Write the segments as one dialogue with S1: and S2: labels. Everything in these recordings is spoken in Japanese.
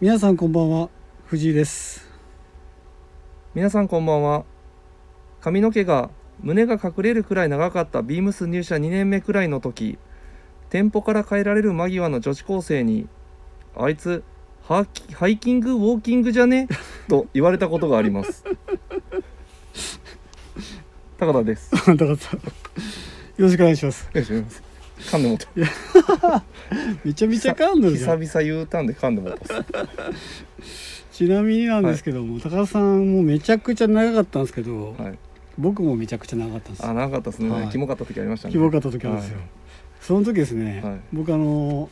S1: 皆さんこんばんは藤井です
S2: 皆さんこんばんは髪の毛が胸が隠れるくらい長かったビームス入社2年目くらいの時店舗から帰られる間際の女子高生に「あいつハーキハイキングウォーキングじゃね?」と言われたことがあります高田です
S1: あなた方よろしくお願いします
S2: よろしくお願いします噛んでもうた
S1: めちゃめちゃ噛んでるじゃ
S2: 久
S1: ん
S2: 々言うたんで噛んでもうたっす
S1: ちなみになんですけども、高田さんもめちゃくちゃ長かったんですけど、
S2: はい、
S1: 僕もめちゃくちゃ長かったんです
S2: あ長かったですね、
S1: はい
S2: キモかった時ありましたね
S1: 希望かった時あるんですよ、
S2: はい
S1: その時ですね、
S2: はい
S1: 僕あの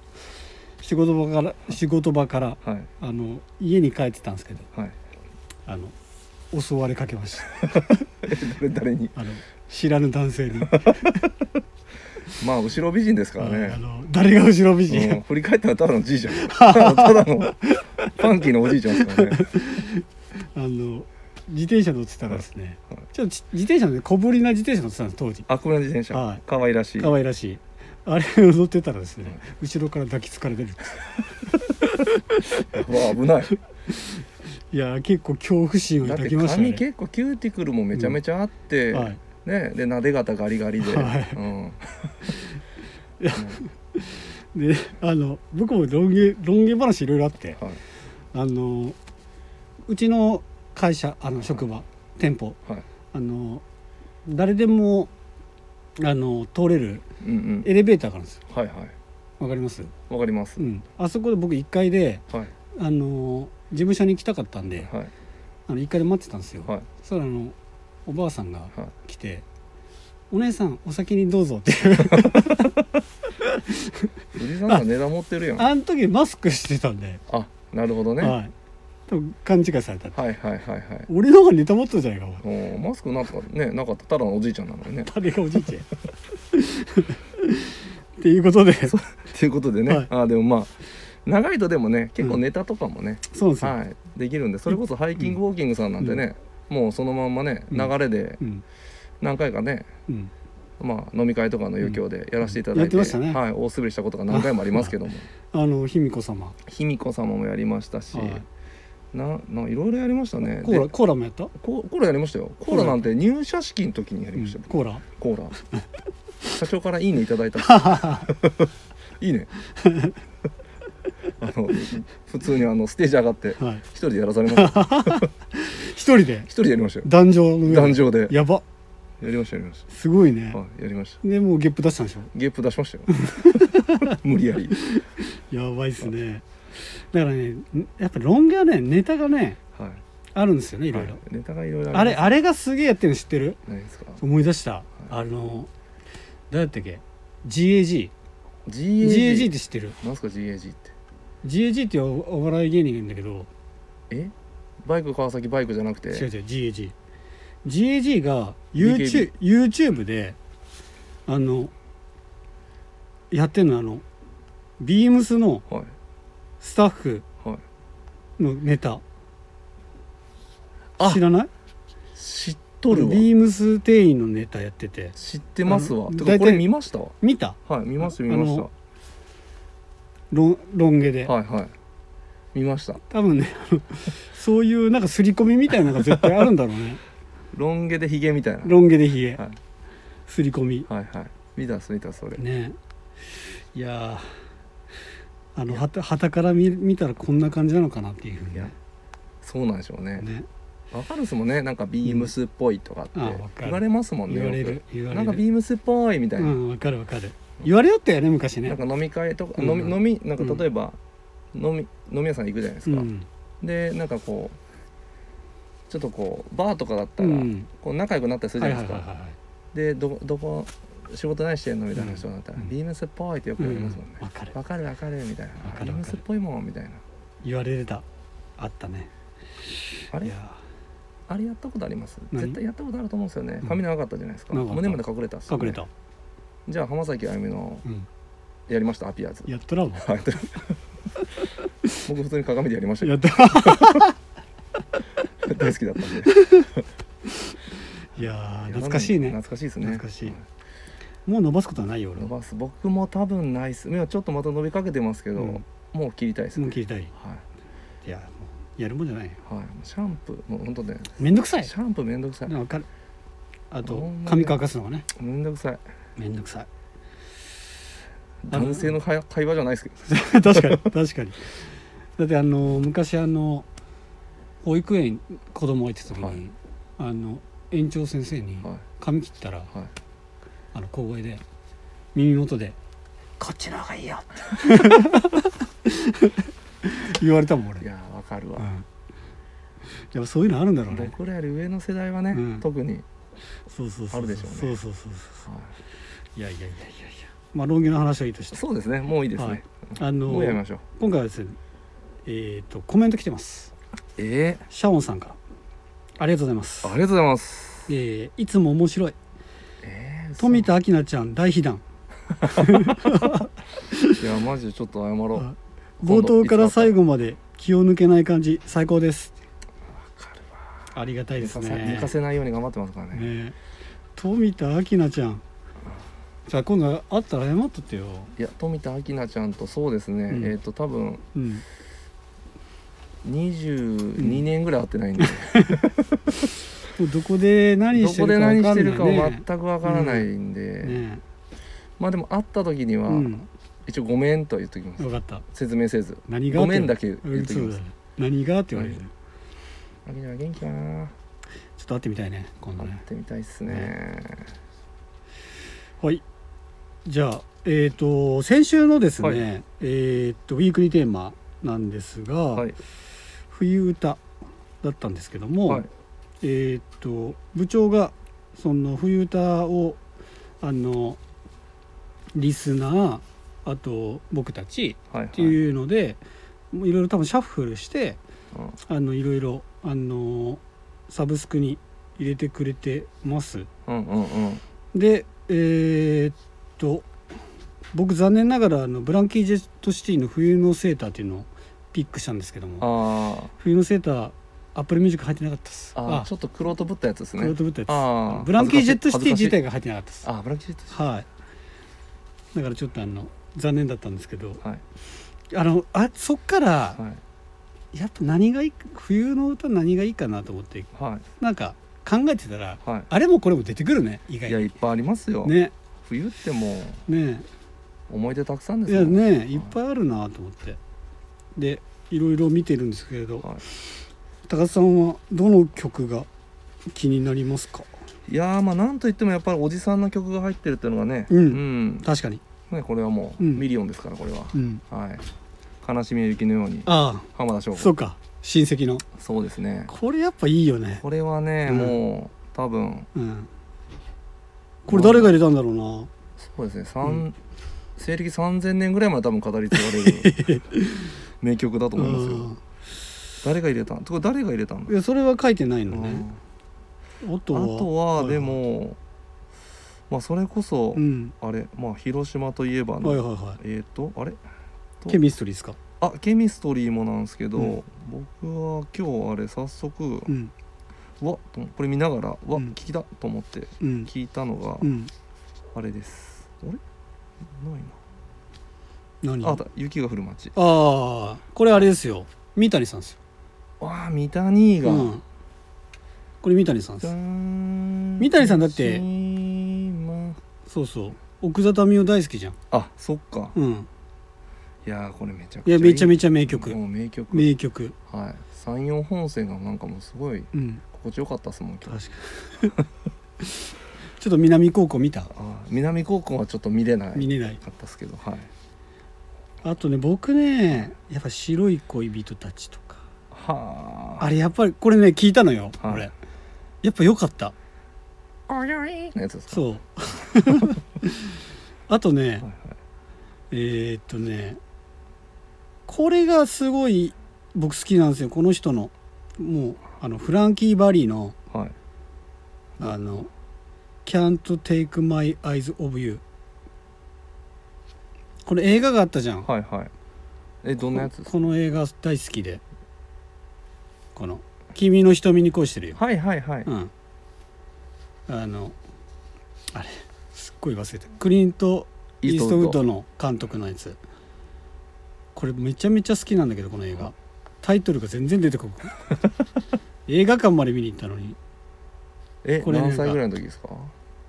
S1: 仕事場から仕事場から
S2: はい
S1: あの家に帰ってたんですけど
S2: はい
S1: あの襲われかけました
S2: 誰誰に
S1: あの知らぬ男性 に、
S2: まあ後ろ美人ですからね
S1: あの誰が後ろ美人
S2: う
S1: や
S2: ん、振り返ったらただのじいちゃんただのファンキーのおじいちゃんですからね
S1: あの自転車乗ってたらですね、
S2: はいはい
S1: ちょっとち自転車のね小ぶりな自転車乗ってたんです当時
S2: あこれの自転車、
S1: はい
S2: 可愛らしい
S1: 可愛らしいあれを乗ってたらですね、
S2: はい
S1: 後ろから抱きつかれてる
S2: わあ危ない
S1: いや結構恐怖心を
S2: だっ
S1: 抱
S2: て
S1: きましたね
S2: 髪結構キューティクルもめちゃめちゃあって、
S1: はい
S2: ねでなで肩ガリガリで、
S1: はい
S2: うん、
S1: であの僕もロン毛ロン毛話いろいろあって
S2: は
S1: あのうちの会社あの職場店舗
S2: いはい
S1: あの誰でもあの通れる
S2: うんうん
S1: エレベーターがあるんですよ
S2: はいはい
S1: わかります、
S2: わかります、
S1: うん、あそこで僕1階で
S2: はい
S1: あの事務所に行きたかったんで
S2: はい
S1: あの1階で待ってたんですよ、
S2: はい
S1: そしたらあのおばあさんが
S2: はい
S1: 来て「お姉さんお先にどうぞ」って いう
S2: 藤井さんが値段持ってるやんあ
S1: あの時マスクしてたんで、
S2: なるほどね、
S1: はい多分勘違いされたって
S2: はい、はいはいはい
S1: 俺の方がネタ持ってたじゃないかお前
S2: おマスクなんかねなかったただのおじいちゃんなの にね
S1: 誰がおじいちゃんやっていうことでそう
S2: ということでね、
S1: はい
S2: あでもまあ長いとでもね結構ネタとかもね、
S1: なんですよ、
S2: はい、できるんでそれこそハイキングウォーキングさんなんてね、もうそのまんまね
S1: うん
S2: 流れで
S1: うん
S2: 何回かね、
S1: うん、
S2: まあ、飲み会とかの余興でやらせていただいて,、
S1: うんやってましたね
S2: はい、大滑りしたことが何回もありますけ ども
S1: あの卑弥呼様
S2: 卑弥呼様もやりましたし、
S1: はい
S2: なないろいろやりましたね
S1: コーラ
S2: で
S1: コーラもやった、う
S2: ココーラやりましたよコーラなんて入社式の時にやりま
S1: ん
S2: したよ、
S1: コーラ
S2: コーラ社長から「いいね」いただい たいいねあの普通にあのステージ上がって
S1: はい
S2: 一人でやらされました
S1: 一人で
S2: 一人でやりましたよ
S1: 壇上の上で
S2: 壇上で
S1: やば
S2: やりましたやりまし
S1: すごいね
S2: た、はいやりました
S1: でもうゲップ出したんでしょ
S2: ゲップ出しましたよ 無理やり
S1: やばいっすねだからねやっぱロン毛はねネタがね
S2: はい
S1: あるんですよねいろいろ、
S2: はネタがいろいろ
S1: あれあ
S2: れ
S1: れがすげえやってるの知ってる
S2: 何ですか
S1: 思い出したあの誰だったっけ GAGGAG
S2: GAG
S1: っ
S2: って
S1: て知ってる
S2: 何すか GAG って
S1: GAG っていうおお笑い芸人がいるんだけど
S2: えバイク川崎バイクじゃなくて
S1: 違う違う GAG GAG が YouTube,
S2: BKB
S1: YouTube であのやってんのあのビームスの
S2: はい
S1: スタッフ
S2: はい
S1: のネタ
S2: あ
S1: 知らない
S2: 知っとるわ
S1: ビームス店員のネタやってて
S2: 知ってますわ
S1: あの
S2: て
S1: 大
S2: か
S1: 体
S2: これ見ましたわ
S1: 見た
S2: はい見ました見まし
S1: ロンロン毛で、
S2: たはいはい見ました
S1: 多分ね あのそういうなんか刷り込みみたいなのが絶対あるんだろう ね
S2: ロン毛でヒゲみたいな
S1: ロン毛でヒゲ、
S2: はい
S1: 刷り込み
S2: はいはい見たっす見たっすそれ
S1: ねいやーあのはたはたから見見たらこんな感じなのかなっていうふうに
S2: いや
S1: ね
S2: そうなんでしょうね
S1: ね
S2: わかるっすもんねなんかビームスっぽいとかって
S1: うんあわかる
S2: 言われますもんね
S1: 言われ
S2: よ
S1: る言
S2: く
S1: われる
S2: なんかビームスっぽいみたいうなん
S1: わかるわかる言われよったよね昔
S2: な
S1: ね
S2: んか飲み会とか、
S1: うん
S2: 飲み飲みなん
S1: うん
S2: か例えば、飲み飲み屋さん行くじゃないです
S1: う
S2: か、
S1: ん
S2: でなんかこうちょっとこうバーとかだった
S1: う
S2: ら、
S1: ん
S2: こう仲良くなったりするじ
S1: は
S2: ゃ
S1: い
S2: ない
S1: はい
S2: で
S1: はい
S2: すか、
S1: は
S2: でどどこ仕事何してんのみたいな人になったら、
S1: うん
S2: ビームスっぽいってよ
S1: い
S2: く
S1: う
S2: 言い
S1: ん
S2: ますもんね
S1: わかる
S2: わ、かるわかるみたいな
S1: わかるわかる
S2: ビームスっぽいもんみたいな
S1: 言われてたあったね
S2: あ
S1: い
S2: れ
S1: や
S2: あれやったことあります
S1: 何
S2: 絶対やったことあると思うんですよね
S1: うん
S2: 髪長かったじゃないですか、
S1: 長かった
S2: 胸まで隠れたっす
S1: ー
S2: よね
S1: 隠れた、
S2: じゃあ浜崎あゆみの
S1: うん、
S2: やりましたアピアーズ
S1: やっとらんわ
S2: はい僕普通に鏡でやりましたけ
S1: や
S2: ど
S1: った
S2: 大好きだったんで
S1: いやー懐かしいね
S2: 懐かしいですね
S1: 懐かしいもう伸ばすことはないよ俺
S2: 伸
S1: はも
S2: ばす僕も多分ないっすいやちょっとまた伸びかけてますけど、
S1: うん
S2: もう切りたいです
S1: う
S2: ね
S1: 切りたい
S2: はい
S1: いやもうやるもんじゃないよ
S2: はい、シャンプーもう本当ね
S1: めんどくさい
S2: シャンプーめんどくさい
S1: わかるあ
S2: ほ
S1: と
S2: んま
S1: 髪
S2: に
S1: 乾かすのがね
S2: めんどくさい
S1: めんどくさい あの
S2: 男性の会会話じゃないですけど
S1: 確かに確かにだってあの昔あの保育園子供置いてた時に、
S2: はい
S1: あの園長先生に
S2: はい
S1: 髪切ったら、
S2: はい
S1: あの小声で耳元で「こっちの方がいいよ」って 言われたもん俺
S2: いやーわかるわ、
S1: うんやっぱそういうのあるんだろうね
S2: 僕らより上の世代はね、
S1: うん
S2: 特に、
S1: そうそうそう
S2: あるでしょうね
S1: そうそうそうそ
S2: は
S1: ういやいやいやいやいやまあ論議の話はいいとし
S2: い、
S1: て
S2: そうですねもういいですね、
S1: はいあの
S2: もうやめましょう
S1: 今回はですねえっ、とコメント来てます
S2: え
S1: シャオンさんからありがとうございます
S2: ー、ありがとうございます
S1: えーいつも面白い
S2: えー、
S1: 富田明菜ちゃん大被弾
S2: いやマジでちょっと謝ろう
S1: あ
S2: わ今
S1: 冒
S2: 度
S1: 頭から
S2: いつだった
S1: 最後まで気を抜けない感じ最高です
S2: かるわ
S1: ありがたい
S2: 抜
S1: です
S2: かせ
S1: ね
S2: 抜かせないように頑張ってますからね
S1: ねえ富田明菜ちゃんじゃあ今度会ったら謝っとってよ、
S2: いや富田明菜ちゃんとそうですね、
S1: うん
S2: えっ、と多分
S1: うん、
S2: 22年ぐらい会ってないんで、
S1: もうどこで 何
S2: ど
S1: して
S2: こ
S1: る
S2: で
S1: か分
S2: 何
S1: かんな
S2: して
S1: い、ね、
S2: るかは全くわからないんで、
S1: ね
S2: まあでも会った時に
S1: え
S2: は、
S1: うん
S2: 一応「ごめん」とは言っときます
S1: 分かった
S2: 説明せず
S1: 何
S2: 「
S1: が
S2: ごめん」だ
S1: け
S2: け言っとき
S1: そう
S2: ま
S1: だ
S2: す
S1: ね何がって言われる、
S2: うあきちゃん元気かな
S1: ちょっと会ってみたいね今度
S2: 会っ
S1: ね
S2: てみたいっすね
S1: はいじゃあえっ、と先週のですね、
S2: は
S1: えっ、とウィークリーテーマなんですが、
S2: はい
S1: 冬歌だったんですけども、
S2: はい
S1: えーっと部長がその冬歌をあのリスナーあと僕たち
S2: はい
S1: って
S2: う、
S1: いうので、もういろいろ多分シャッフルして
S2: うん
S1: あのいろいろあのサブスクに入れてくれてます。
S2: うんうんうん
S1: でえーっと僕残念ながらあのブランキー・ジェット・シティの「冬のセーター」っていうのをピックしたんですけども
S2: あ
S1: 冬のセーターアップルミュージック入ってなかったです
S2: ーあーちょっと黒ロぶったやつです
S1: クロー
S2: ね
S1: トブッタやつ
S2: あー
S1: ブランキー・ジェット・シティ
S2: 恥ず
S1: 自
S2: かし
S1: 体
S2: い
S1: が入ってなかったです
S2: あーブランキー・ジェットシテ
S1: はいだからちょっとあの残念だったんですけど
S2: ィはい
S1: あのあそっから
S2: はい
S1: やっぱ何がいい冬の歌何がいいかなと思って
S2: は
S1: なんか考えてたら
S2: いは
S1: あれもこれも出てくるね意
S2: い
S1: 外
S2: いや
S1: に
S2: いっぱいありますよ、
S1: ね
S2: 冬っても
S1: ね
S2: う思い出たくさんで
S1: い
S2: すよ
S1: やねいっ
S2: い
S1: ぱいあるなと思ってでいろいろ見てるんですけれど
S2: はい
S1: 高田さんはどの曲が気になりますか
S2: いやーまあなんといってもやっぱりおじさんの曲が入ってるっていうのがね
S1: うん
S2: ん
S1: 確かに
S2: ねこれはもう
S1: うん
S2: ミリオンですからこれは、
S1: うん
S2: はい悲しみや雪のように
S1: あ
S2: 浜田省
S1: あ
S2: 吾
S1: そ
S2: そう
S1: か親戚の
S2: うですね
S1: これやっぱいいよね
S2: これはね、
S1: うん
S2: もう多分
S1: うんこれ誰が入れたんだろうな
S2: そうですね、
S1: う
S2: 三西暦3000年ぐらいまで多分語り継がれる 名曲だと思いますよ誰が入れたんこれ誰が入れたん
S1: うん
S2: だ
S1: いやそれは書いてないのね
S2: あ
S1: あとは
S2: とはで、もまあそれこそ
S1: うん
S2: あれまあ広島といえば
S1: はい
S2: の
S1: はいは
S2: えっとあれ
S1: いケミストリーですか
S2: あケミストリーもなんですけど、
S1: うん
S2: 僕は今日あれ早速、う
S1: うん
S2: わっと思これ見ながらうわ、
S1: うん
S2: 聞きだと思って
S1: うん
S2: 聞いたのが、
S1: うん
S2: あれですあれない
S1: 何
S2: なああ
S1: あ
S2: った雪が降る街
S1: あこれあれですよ三谷さんです
S2: わあ三谷
S1: よ、
S2: が、
S1: うん、これ三谷さんで
S2: じゃー
S1: す
S2: ん
S1: 三谷さんだって
S2: 島
S1: そうそう奥田民生大好きじゃん
S2: あそっか、
S1: うん
S2: いやーこれめちゃく
S1: い
S2: ちゃ
S1: やめちゃめ
S2: ち
S1: ちゃ名
S2: ゃ
S1: 曲
S2: もう名曲
S1: 名曲
S2: はい三四本線がなんかもうすごい
S1: うん
S2: 心地よかったっすもん今
S1: 確か
S2: 日
S1: に ちょっと南高校見た
S2: あー南高校はちょっと見れない
S1: 見れない
S2: かったっすけどはい
S1: あとね僕ねやっぱ「白い恋人たち」とか
S2: はあ
S1: あれやっぱりこれね聞いたのよ、
S2: はい
S1: 俺やっぱ良かった
S2: のやつですか
S1: そうあとね、
S2: はいはい
S1: えーっとねこれがすごい僕好きなんですよこの人のもうあのフランキー・バリーの
S2: はい。
S1: 「あの Can't Take My Eyes of You」これ映画があったじゃん、
S2: はいはい。え、どんなやつですか
S1: この映画大好きでこの「君の瞳に恋してるよ」
S2: はいはいはい。
S1: うん、あのあれすっごい忘れてクリント・イーストウッドの監督のやつこれめちゃめちゃ好きなんだけどこの映画タイトルが全然出て こない映画館まで見に行ったのに
S2: え
S1: これなん
S2: 何
S1: か
S2: 歳ぐらいの時ですか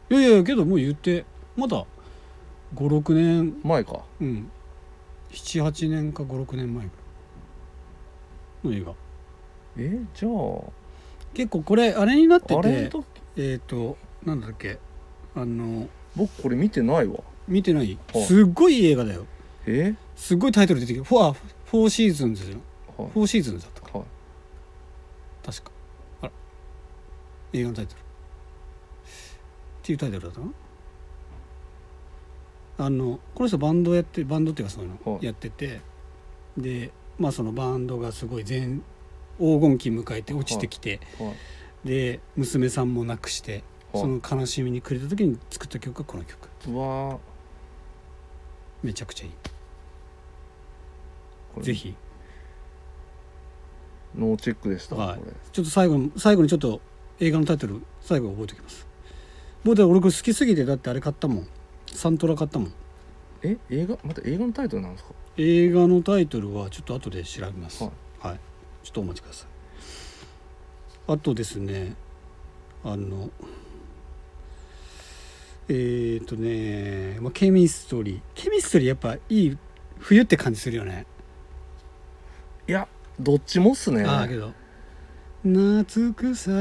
S1: いやいやけどもう言ってまだ56年
S2: 前か
S1: うん78年か56年前ぐらいの映画
S2: えじゃあ
S1: 結構これあれになって
S2: あれ
S1: て
S2: の時
S1: えっ、となんだっけあの
S2: 僕これ見てないわ
S1: 見てない
S2: はい
S1: すっごいいい映画だよ
S2: え
S1: すっごいタイトル出てきてフォアフォーシーズンズよ
S2: はい
S1: フォーシーズンズだったか
S2: はい
S1: 確かあら映画のタイトルっていうタイトルだったなあのこの人バンドやってバンドっていうかそういうの
S2: はい
S1: やってて、でまあそのバンドがすごい全黄金期迎えて落ちてきて、
S2: はい
S1: で娘さんも亡くしてその悲しみに暮れた時に作った曲がこの曲
S2: うわー
S1: めちゃくちゃいい
S2: これ
S1: ぜひ
S2: ノーチェックでした、
S1: はい
S2: これ
S1: ちょっと最後の最後にちょっと映画のタイトル最後覚えておきます僕だって俺これ好きすぎてだってあれ買ったもんサントラ買ったもん
S2: え映画また映画のタイトルなんですか
S1: 映画のタイトルはちょっと後で調べますは、
S2: はい
S1: ちょっとお待ちくださいあとですねあのえっ、ー、とね、まあ、ケミストリーケミストリーやっぱいい冬って感じするよね
S2: いやどっちもっすね
S1: ああけど夏草が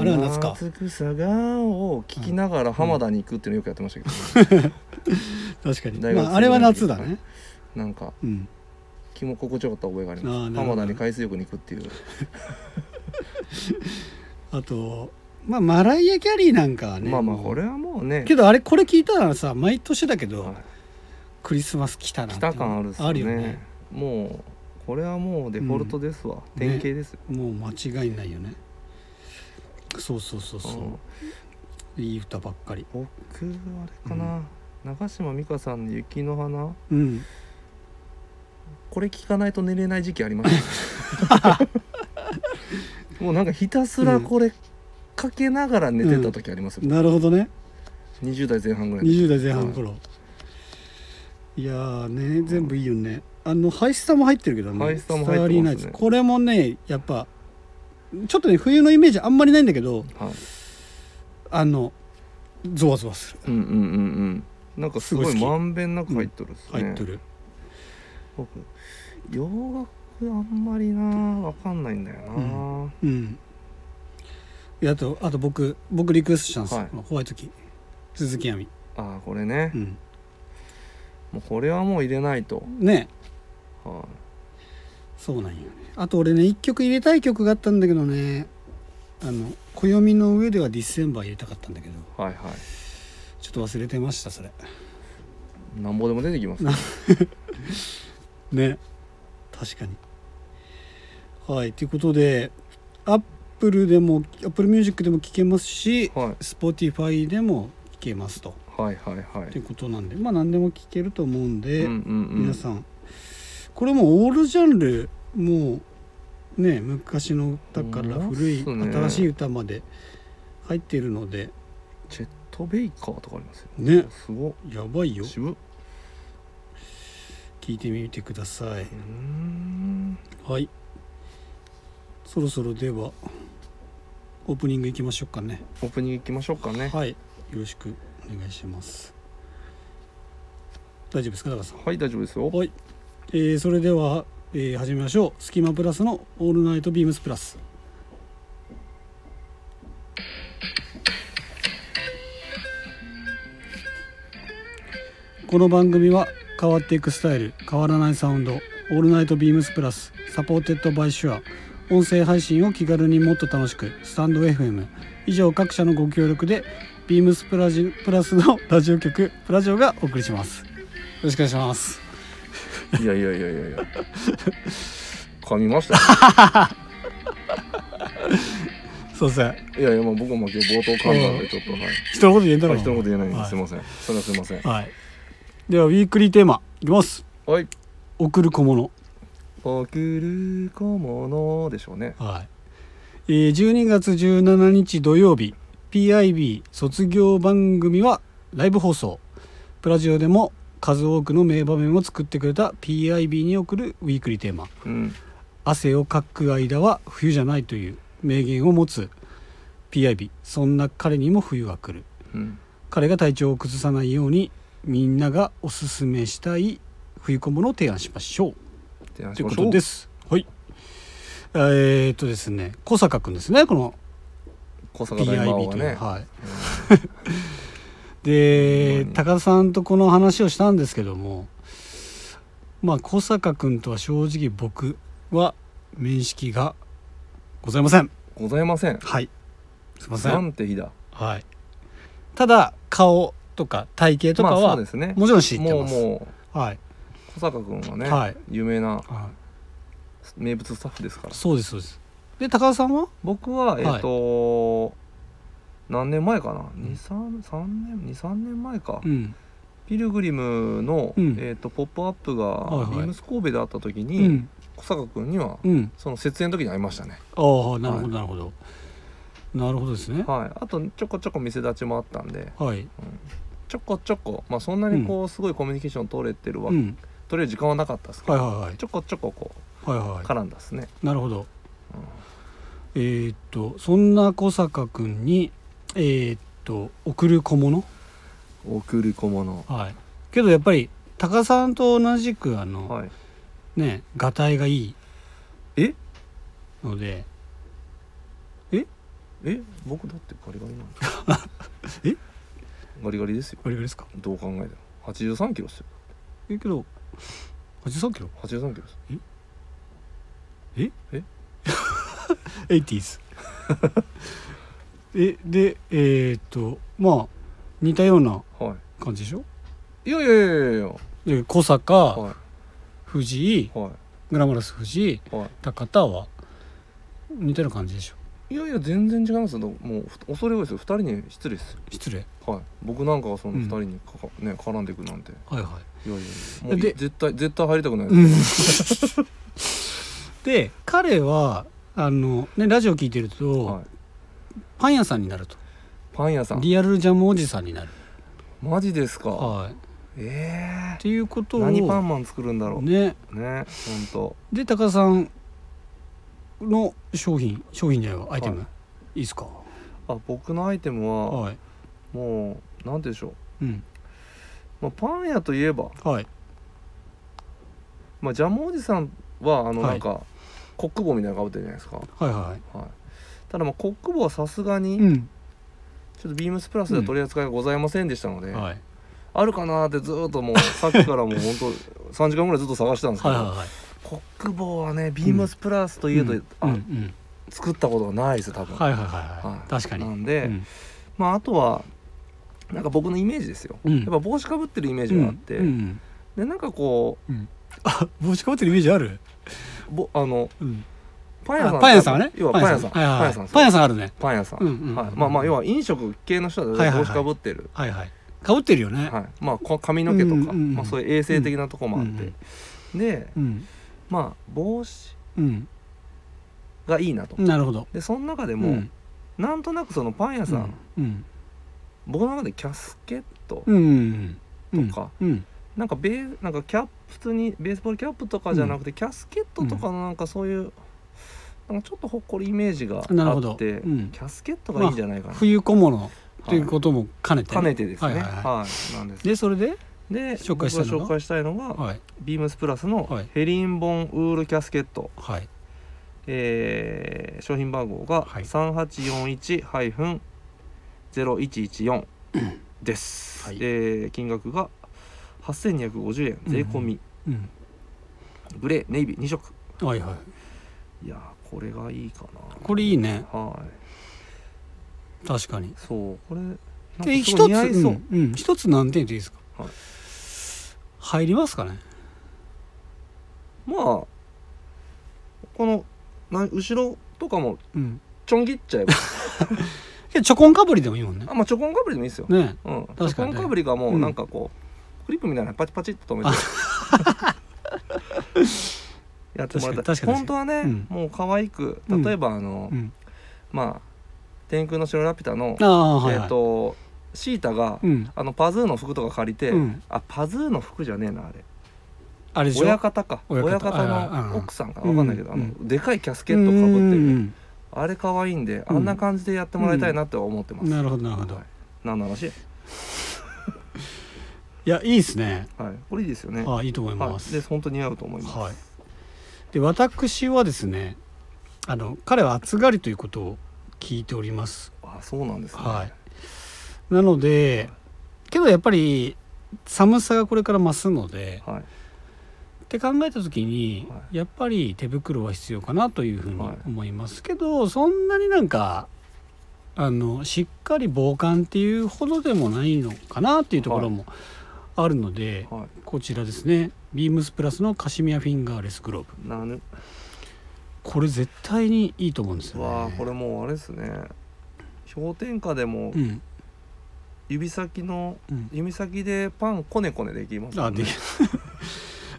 S1: あれは夏か
S2: 夏草がを聞きながら浜田に行くっていうのよくやってまし たけど、
S1: 確かに、
S2: 大学生
S1: まあ、あれは夏だね
S2: なんか
S1: うん
S2: 気も心地よかった覚えがありま
S1: あーなる
S2: す
S1: ほど
S2: 浜田に海水浴に行くっていう
S1: あとまあマライア・キャリーなんかはね
S2: まあまあ
S1: もう
S2: これはもうね
S1: けどあれこれ聞いたらさ毎年だけど、
S2: はい
S1: クリスマス来たな
S2: 来
S1: って
S2: た感あるっすよ
S1: あ
S2: ね
S1: るよね
S2: もうこれはもうデフォルトですわ、典型ですよ、
S1: もう間違いないよねそうそうそう
S2: う
S1: そ
S2: ん
S1: ういい歌ばっかり
S2: 僕あれかな、長島美香さんの「雪の花
S1: うん」
S2: これ聞かないと寝れない時期ありま した、もうなんかひたすらこれかけながら寝てた時ありますよ、
S1: なるほどね
S2: 20代前半ぐらいの時
S1: 20代前半の頃、い、やーね全部いいよねあのハイスタも入ってるけどね
S2: ハイスタも入ってますね
S1: スターリーナイツこれもねやっぱちょっとね冬のイメージあんまりないんだけど
S2: はい
S1: あのゾワゾワする
S2: うんうんうんうんなんかすご
S1: すご
S2: い
S1: い好き
S2: まんべんなく入っとるっすね、
S1: 入ってる、
S2: 僕洋楽あんまりなわかんないんだよな、
S1: うんうんであとあと僕僕リクエストしたんですよ、
S2: はい
S1: このホワイトキー鈴木亜美、
S2: ああこれね、
S1: うん、
S2: もうこれはもう入れないと、
S1: ね
S2: は
S1: そうなんよねあと俺ね一曲入れたい曲があったんだけどねあの暦の上ではディセンバー入れたかったんだけど
S2: い、はいは
S1: ちょっと忘れてましたそれ
S2: いなんぼでも出てきます
S1: なね確かにはいということでアップルでもアップルミュージックでも聴けますし
S2: はい
S1: Spotify でも聴けますと
S2: はいはいはい
S1: ということなんでまあ何でも聴けると思うんで、
S2: うんうんうん、
S1: 皆さんこれもうオールジャンルもうね昔の歌から
S2: ほんまっす
S1: 古い
S2: ね
S1: 新しい歌まで入っているので
S2: ジェットベイカーとかありますよ
S1: ね
S2: すごっ
S1: やばいよ
S2: 渋っ
S1: 聞いてみてくださいう
S2: ーん
S1: はいそろそろではオープニングいきましょうかね
S2: オープニングいきましょうかね
S1: はいよろしくお願いします大丈夫ですか高橋さん
S2: はい大丈夫ですよ
S1: はい、えーそれでは、えー始めましょうスキマプラスのオールナイトビームスプラスこの番組は変わっていくスタイル変わらないサウンド「オールナイトビームスプラス」サポーテッドバイシュア音声配信を気軽にもっと楽しくスタンド FM 以上各社のご協力でビームスプラジプラスのラジオ局プラジオがお送りしますよろしくお願いします
S2: いやいやいやいやいや噛みましたよ
S1: そうですね
S2: いやいや、まあ、僕も今日冒頭噛んだんで、ちょっと、はい。
S1: 人のこと言えんだろ
S2: はい人のこと言えないんで、
S1: はい
S2: すいません。それはすいません。
S1: はいではウィークリーテーマいきます
S2: はい。
S1: 送る小物
S2: 送る小物でしょうね。
S1: はい、えー、12月17日土曜日 PIB 卒業番組はライブ放送プラジオでも数多くの名場面を作ってくれた PIB に送るウィークリーテーマ
S2: うん。
S1: 汗をかく間は冬じゃないという名言を持つ PIB そんな彼にも冬が来る
S2: うん
S1: 彼が体調を崩さないようにみんながおすすめしたい冬小物を提案しましょう
S2: 提案
S1: と
S2: し
S1: いう
S2: ま
S1: こ
S2: しょ
S1: と
S2: う
S1: ですはいえー、っとですね小坂君ですねこの
S2: 小坂大魔王
S1: PIB
S2: が
S1: という、
S2: ね
S1: はい
S2: うん
S1: で、
S2: うん
S1: 高田さんとこの話をしたんですけどもまあ小坂君とは正直僕は面識がございません
S2: ございません
S1: はいすいませ
S2: なんんて日だ
S1: はいただ顔とか体型とか
S2: まあ
S1: は
S2: そうですね
S1: もちろん知って
S2: もう
S1: ます、
S2: も
S1: はい、
S2: う小坂君はね、
S1: はい
S2: 有名な
S1: は
S2: 名物スタッフですから
S1: い、そうですそうですで高田さんは
S2: 僕はえっ、
S1: はい
S2: と、何年前かな23 3年23年前か、
S1: うん
S2: ピルグリムの、
S1: うん
S2: えっとポップアップが、
S1: はいはい
S2: ビームス神戸で会った時
S1: う
S2: に、
S1: ん
S2: 小坂君には、
S1: うん
S2: その設営の時に会いましたね
S1: ああなるほど
S2: はい
S1: なるほどなるほどですね
S2: はいあとちょこちょこ店立ちもあったんで
S1: はい
S2: ちょこちょこまあそんなにこう、すごいコミュニケーション取れてるわ、
S1: うん
S2: 取れる時間はなかったですけど、
S1: はいはいはい
S2: ちょこちょここ
S1: はいはいう
S2: 絡んだっすね、
S1: なるほど、
S2: うん
S1: えーっとそんな小坂君にえーっと送る小物
S2: 送り小物
S1: はいけどやっぱり高さんと同じくあの、
S2: はい
S1: ねがたいがいい
S2: え
S1: ので
S2: え僕だってガリガリなんですよ
S1: え
S2: ガリガリですよ
S1: これぐらいですか
S2: どう考えても83キロっすよ
S1: えけど83キロ
S2: 83キロっす
S1: 80s えでえーっとまあ似たような
S2: は
S1: 感じでしょ
S2: いいやいやいやいやいや
S1: で小坂、
S2: は
S1: 藤井
S2: いは
S1: グラマラス藤井
S2: いは
S1: 高田は似たような感じでしょ
S2: いいやいや全然違いますよもうふ恐れ多いですよ2人に失礼っすよ
S1: 失礼
S2: はい僕なんかがその
S1: うん
S2: 2人にかか、ね絡んでいくなんてい
S1: はいはい
S2: やいやいやもうい
S1: で
S2: 絶対絶対入りたくないです、
S1: で彼はあの、ね、ラジオ聞いてると、
S2: はい、
S1: パン屋さんになると
S2: パン屋さん
S1: リアルジャムおじさんになる、
S2: マジですか、
S1: はい、っ
S2: ええ
S1: ていうことを
S2: 何パンマン作るんだろうね
S1: ね
S2: ねほんと
S1: で高田さんの商品商品じゃないわアイテム、、
S2: は
S1: い
S2: い
S1: ですか
S2: あ僕のアイテムは、
S1: はい
S2: もうなんて言うんでしょう、
S1: うん
S2: まあ、パン屋といえば、
S1: はい
S2: まあ、ジャムおじさんはあの
S1: はい
S2: なんか、コック帽みたいなのかぶってるじゃないですか、
S1: はいは
S2: はい、ただまあコック帽はさすがに、
S1: いうん
S2: ちょっとビームスプラスでは取り扱いがございませんでしたので、
S1: はい
S2: あるかなーってずーっともうさっきからもう 本当3時間ぐらいずっと探したんですけ
S1: はい
S2: ど、
S1: はいはい
S2: コック帽はねビームスプラスというと、
S1: うん
S2: あ
S1: うんうん
S2: 作ったことがないですよ多分、
S1: はいはいはいは
S2: はい
S1: い確かに
S2: なんで、
S1: うん
S2: まああとはなんか僕のイメージですよ、
S1: うん
S2: やっぱ帽子かぶってるイメージがあって、
S1: うんうん
S2: でなんかこ
S1: うんあ帽子かぶってるイメージある
S2: うぼあの
S1: うん
S2: パン屋さん
S1: あパン屋さんはね
S2: 要はパン屋さん
S1: はいはいはい
S2: パン屋さんですよ
S1: パン屋さんあるね
S2: パン屋さん、
S1: うんうん
S2: はい、まあまあ要は飲食系の人は大
S1: は
S2: 体
S1: いはいは
S2: 帽
S1: い
S2: 子かぶってる、
S1: はいはいかぶってるよね
S2: はいまあこ髪の毛とか、
S1: うんうんうん
S2: まあ、そういう衛生的なとこもあって、
S1: うん
S2: で
S1: うん
S2: まあ帽子
S1: うん
S2: がいいなと、
S1: なるほど
S2: でその中でも、
S1: うん
S2: なんとなくそのパン屋さん、
S1: うん
S2: 僕の中でキャスケット、
S1: うんうん
S2: とか
S1: うん
S2: なんかベーなんかキャップ普通にベースボールキャップとかじゃなくて、キャスケットとかのなんかそういう、なんかちょっとほっこりイメージがあ
S1: なるほ
S2: っ
S1: ど
S2: て、
S1: うん
S2: キャスケットがいいんじゃないかな、
S1: 冬小物という
S2: は
S1: ことも兼ね
S2: い
S1: て
S2: かねてですね
S1: は
S2: はいい、
S1: はいは
S2: なんです
S1: いでそれで
S2: で
S1: 紹
S2: 紹
S1: 介
S2: 介
S1: したいのが
S2: 紹介したいのが、
S1: はい
S2: ビームスプラスの
S1: はい
S2: ヘリンボンウールキャスケット、
S1: はい
S2: えー商品番号が
S1: はい
S2: 3841-0114です、
S1: はい
S2: えー金額が8250円税込み、
S1: うん
S2: グレーネイビー2色
S1: はいはい
S2: いやーこれがいいかな
S1: これいいね
S2: はい
S1: 確かに
S2: そうこれなんか
S1: です一つ
S2: ごい似合いそ
S1: う
S2: う、
S1: んうん一つ何点でいいですか
S2: はい
S1: 入りますかね
S2: まあこのな後ろとかも
S1: うん
S2: ちょん切っ ちゃえば
S1: けどチョコンかぶりでもいいもんね
S2: あまあチョコンかぶりでもいいですよ、
S1: ね
S2: うん、
S1: 確かにね
S2: チョコンかぶりがも
S1: う
S2: うんなんかこう、クリップみたいなのパチパチっと止めて やってもらっ
S1: 確かに
S2: た
S1: 確かに
S2: 本当はね、
S1: うん
S2: もう可愛く
S1: うん
S2: 例えばあの、
S1: うん
S2: まあ「天空の城ラピュタの」
S1: ああはい
S2: えっ、
S1: はい
S2: とシータが、
S1: うん
S2: あのパズーの服とか借りて、
S1: うん
S2: あパズーの服じゃねえなあれ
S1: あれでしょ
S2: 親方か
S1: 親
S2: 親
S1: 方
S2: 方
S1: ああ
S2: の奥さんか分かんないけど、
S1: うん
S2: あのでかいキャスケ
S1: う
S2: ットかぶってる、
S1: ん
S2: あれ可愛いんであんな感じでやってもらいたいなって思ってます、
S1: なるほどなるほど
S2: はい、何の話
S1: いやいいですね
S2: はいこれいいですよね
S1: あいいと思いま
S2: はい、
S1: す
S2: で本当に似合うと思います、
S1: はいで私はですねあの彼は暑がりということを聞いております
S2: あそうなんですね、
S1: はいなのでけどやっぱり寒さがこれから増すので
S2: はい
S1: って考えた時に、
S2: は
S1: やっぱり手袋は必要かなというふうに
S2: はい
S1: 思いますけど、そんなになんかあのしっかり防寒っていうほどでもないのかなっていうところもあるので、
S2: は
S1: こちらですねビームスプラスのカシミヤフィンガーレスグローブ
S2: い、なぬ
S1: これ絶対にいいと思うんですよね。
S2: わあこれもうあれですね氷点下でも
S1: うん
S2: 指先の、
S1: うん
S2: 指先でパンこねこねできますも
S1: あ
S2: んね
S1: で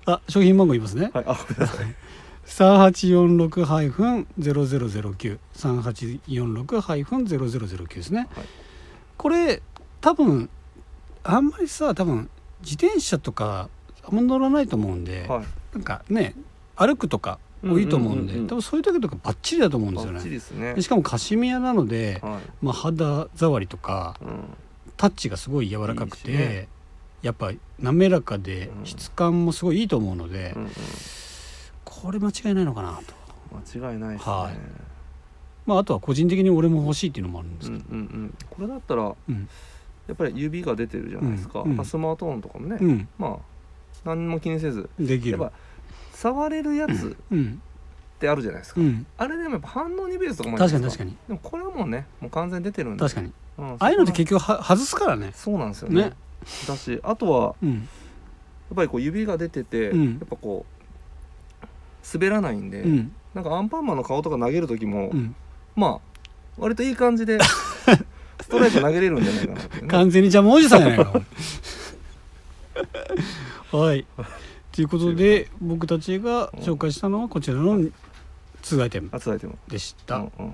S1: あ商品番号言いますね。
S2: はいあごめんなさい
S1: 三八四六ハイフンゼロゼロゼロ九三八四六ハイフンゼロゼロゼロ九ですね。
S2: はい
S1: これ多分あんまりさ多分自転車とかあんま乗らないと思うんで、
S2: はい
S1: なんかね歩くとか多いと思うんで、
S2: うんうんうんうん
S1: 多分そういう時とかバッチリだと思うん
S2: バ
S1: ですよ
S2: ッチリ
S1: ね。
S2: ですね
S1: でしかもカシミヤなので、
S2: はい
S1: まあ肌触りとか
S2: うん
S1: タッチがすごい柔らかくて。
S2: いいしね
S1: やっぱ滑らかで
S2: うん
S1: 質感もすごいいいと思うので、
S2: うんうん
S1: これ間違いないのかなと
S2: 間違いないですね、
S1: はまあ、あとは個人的に俺も欲しいっていうのもあるんです
S2: うん
S1: け
S2: うん
S1: ど、
S2: うんこれだったらや
S1: うん
S2: っぱり指が出てるじゃないですか、
S1: うんうん
S2: まあスマートフォンとかもね、
S1: うん、
S2: まあ何も気にせず
S1: でき
S2: やっ
S1: る。
S2: ぱ触れるやつっ
S1: うん、
S2: てあるじゃないですか、
S1: うん、
S2: あれでもやっぱ反応にベースとかもある
S1: 確かに
S2: じゃな
S1: 確
S2: いです
S1: かに
S2: でもこれはもうねもう完全に出てるんで
S1: 確かに。
S2: うん
S1: ああいうのって結局は外すからね。
S2: そうなんですよね
S1: ね
S2: だしあとは
S1: う
S2: や
S1: ん、
S2: っぱりこう指が出てて、
S1: うん
S2: やっぱこう滑らないんで、
S1: うん、
S2: なんかアンパンマンの顔とか投げる時も、
S1: うん、
S2: まあ割といい感 じでストライク投げれるんじゃないかなっていうね
S1: 完全にジャムおじさんやないか。 はい。ということで僕たちが紹介したのはこちらの通アイテム
S2: あつらいても、
S1: でし
S2: う
S1: た。
S2: んうん、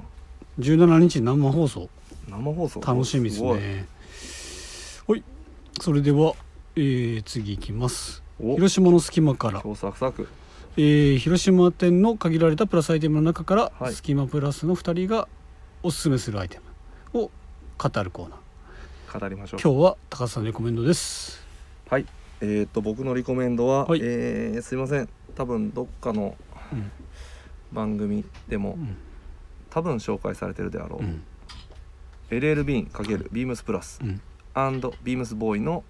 S1: 17日生放送
S2: 生放送
S1: 楽しみです
S2: ごい
S1: ね。はい。それでは、えー、次いきます。
S2: お
S1: 広島の隙間から。
S2: 今日サクサク
S1: えー広島店の限られたプラスアイテムの中から、
S2: はい
S1: スキマプラスの2人がおすすめするアイテムを語るコーナー
S2: 語りましょう
S1: 今日は高橋さんのレコメンドです
S2: はいえー、っと僕のリコメンドは、
S1: はい
S2: えーすいません多分どっかの
S1: うん
S2: 番組でも、
S1: うん
S2: 多分紹介されてるであろう、
S1: うん
S2: LL ビーン×ビームスプラス
S1: うん
S2: ビームスボーイの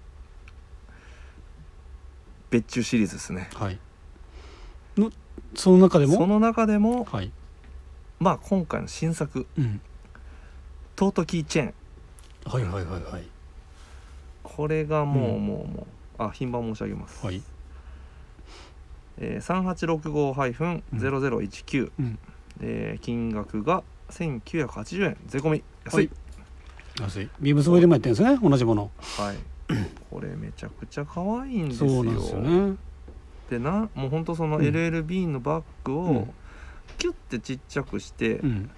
S2: 別注シリーズですね
S1: はいのその中でも
S2: その中でも
S1: はい、
S2: まあ今回の新作
S1: うん、
S2: トートキーチェーン
S1: はいはいはいはい
S2: これがもう、
S1: うん
S2: もうもうあ品番申し上げます、
S1: はい
S2: えー、3865-0019、
S1: うん
S2: えー金額が1980円税込み安い、
S1: 安いビームスボーイでもやってるんですね同じもの
S2: はいこれめちゃくちゃ可愛いんですよ
S1: そうなんですよね
S2: でなもうほんとその
S1: うん
S2: LLB のバッグ
S1: う
S2: を
S1: ん
S2: キュッてちっちゃくして
S1: う、ん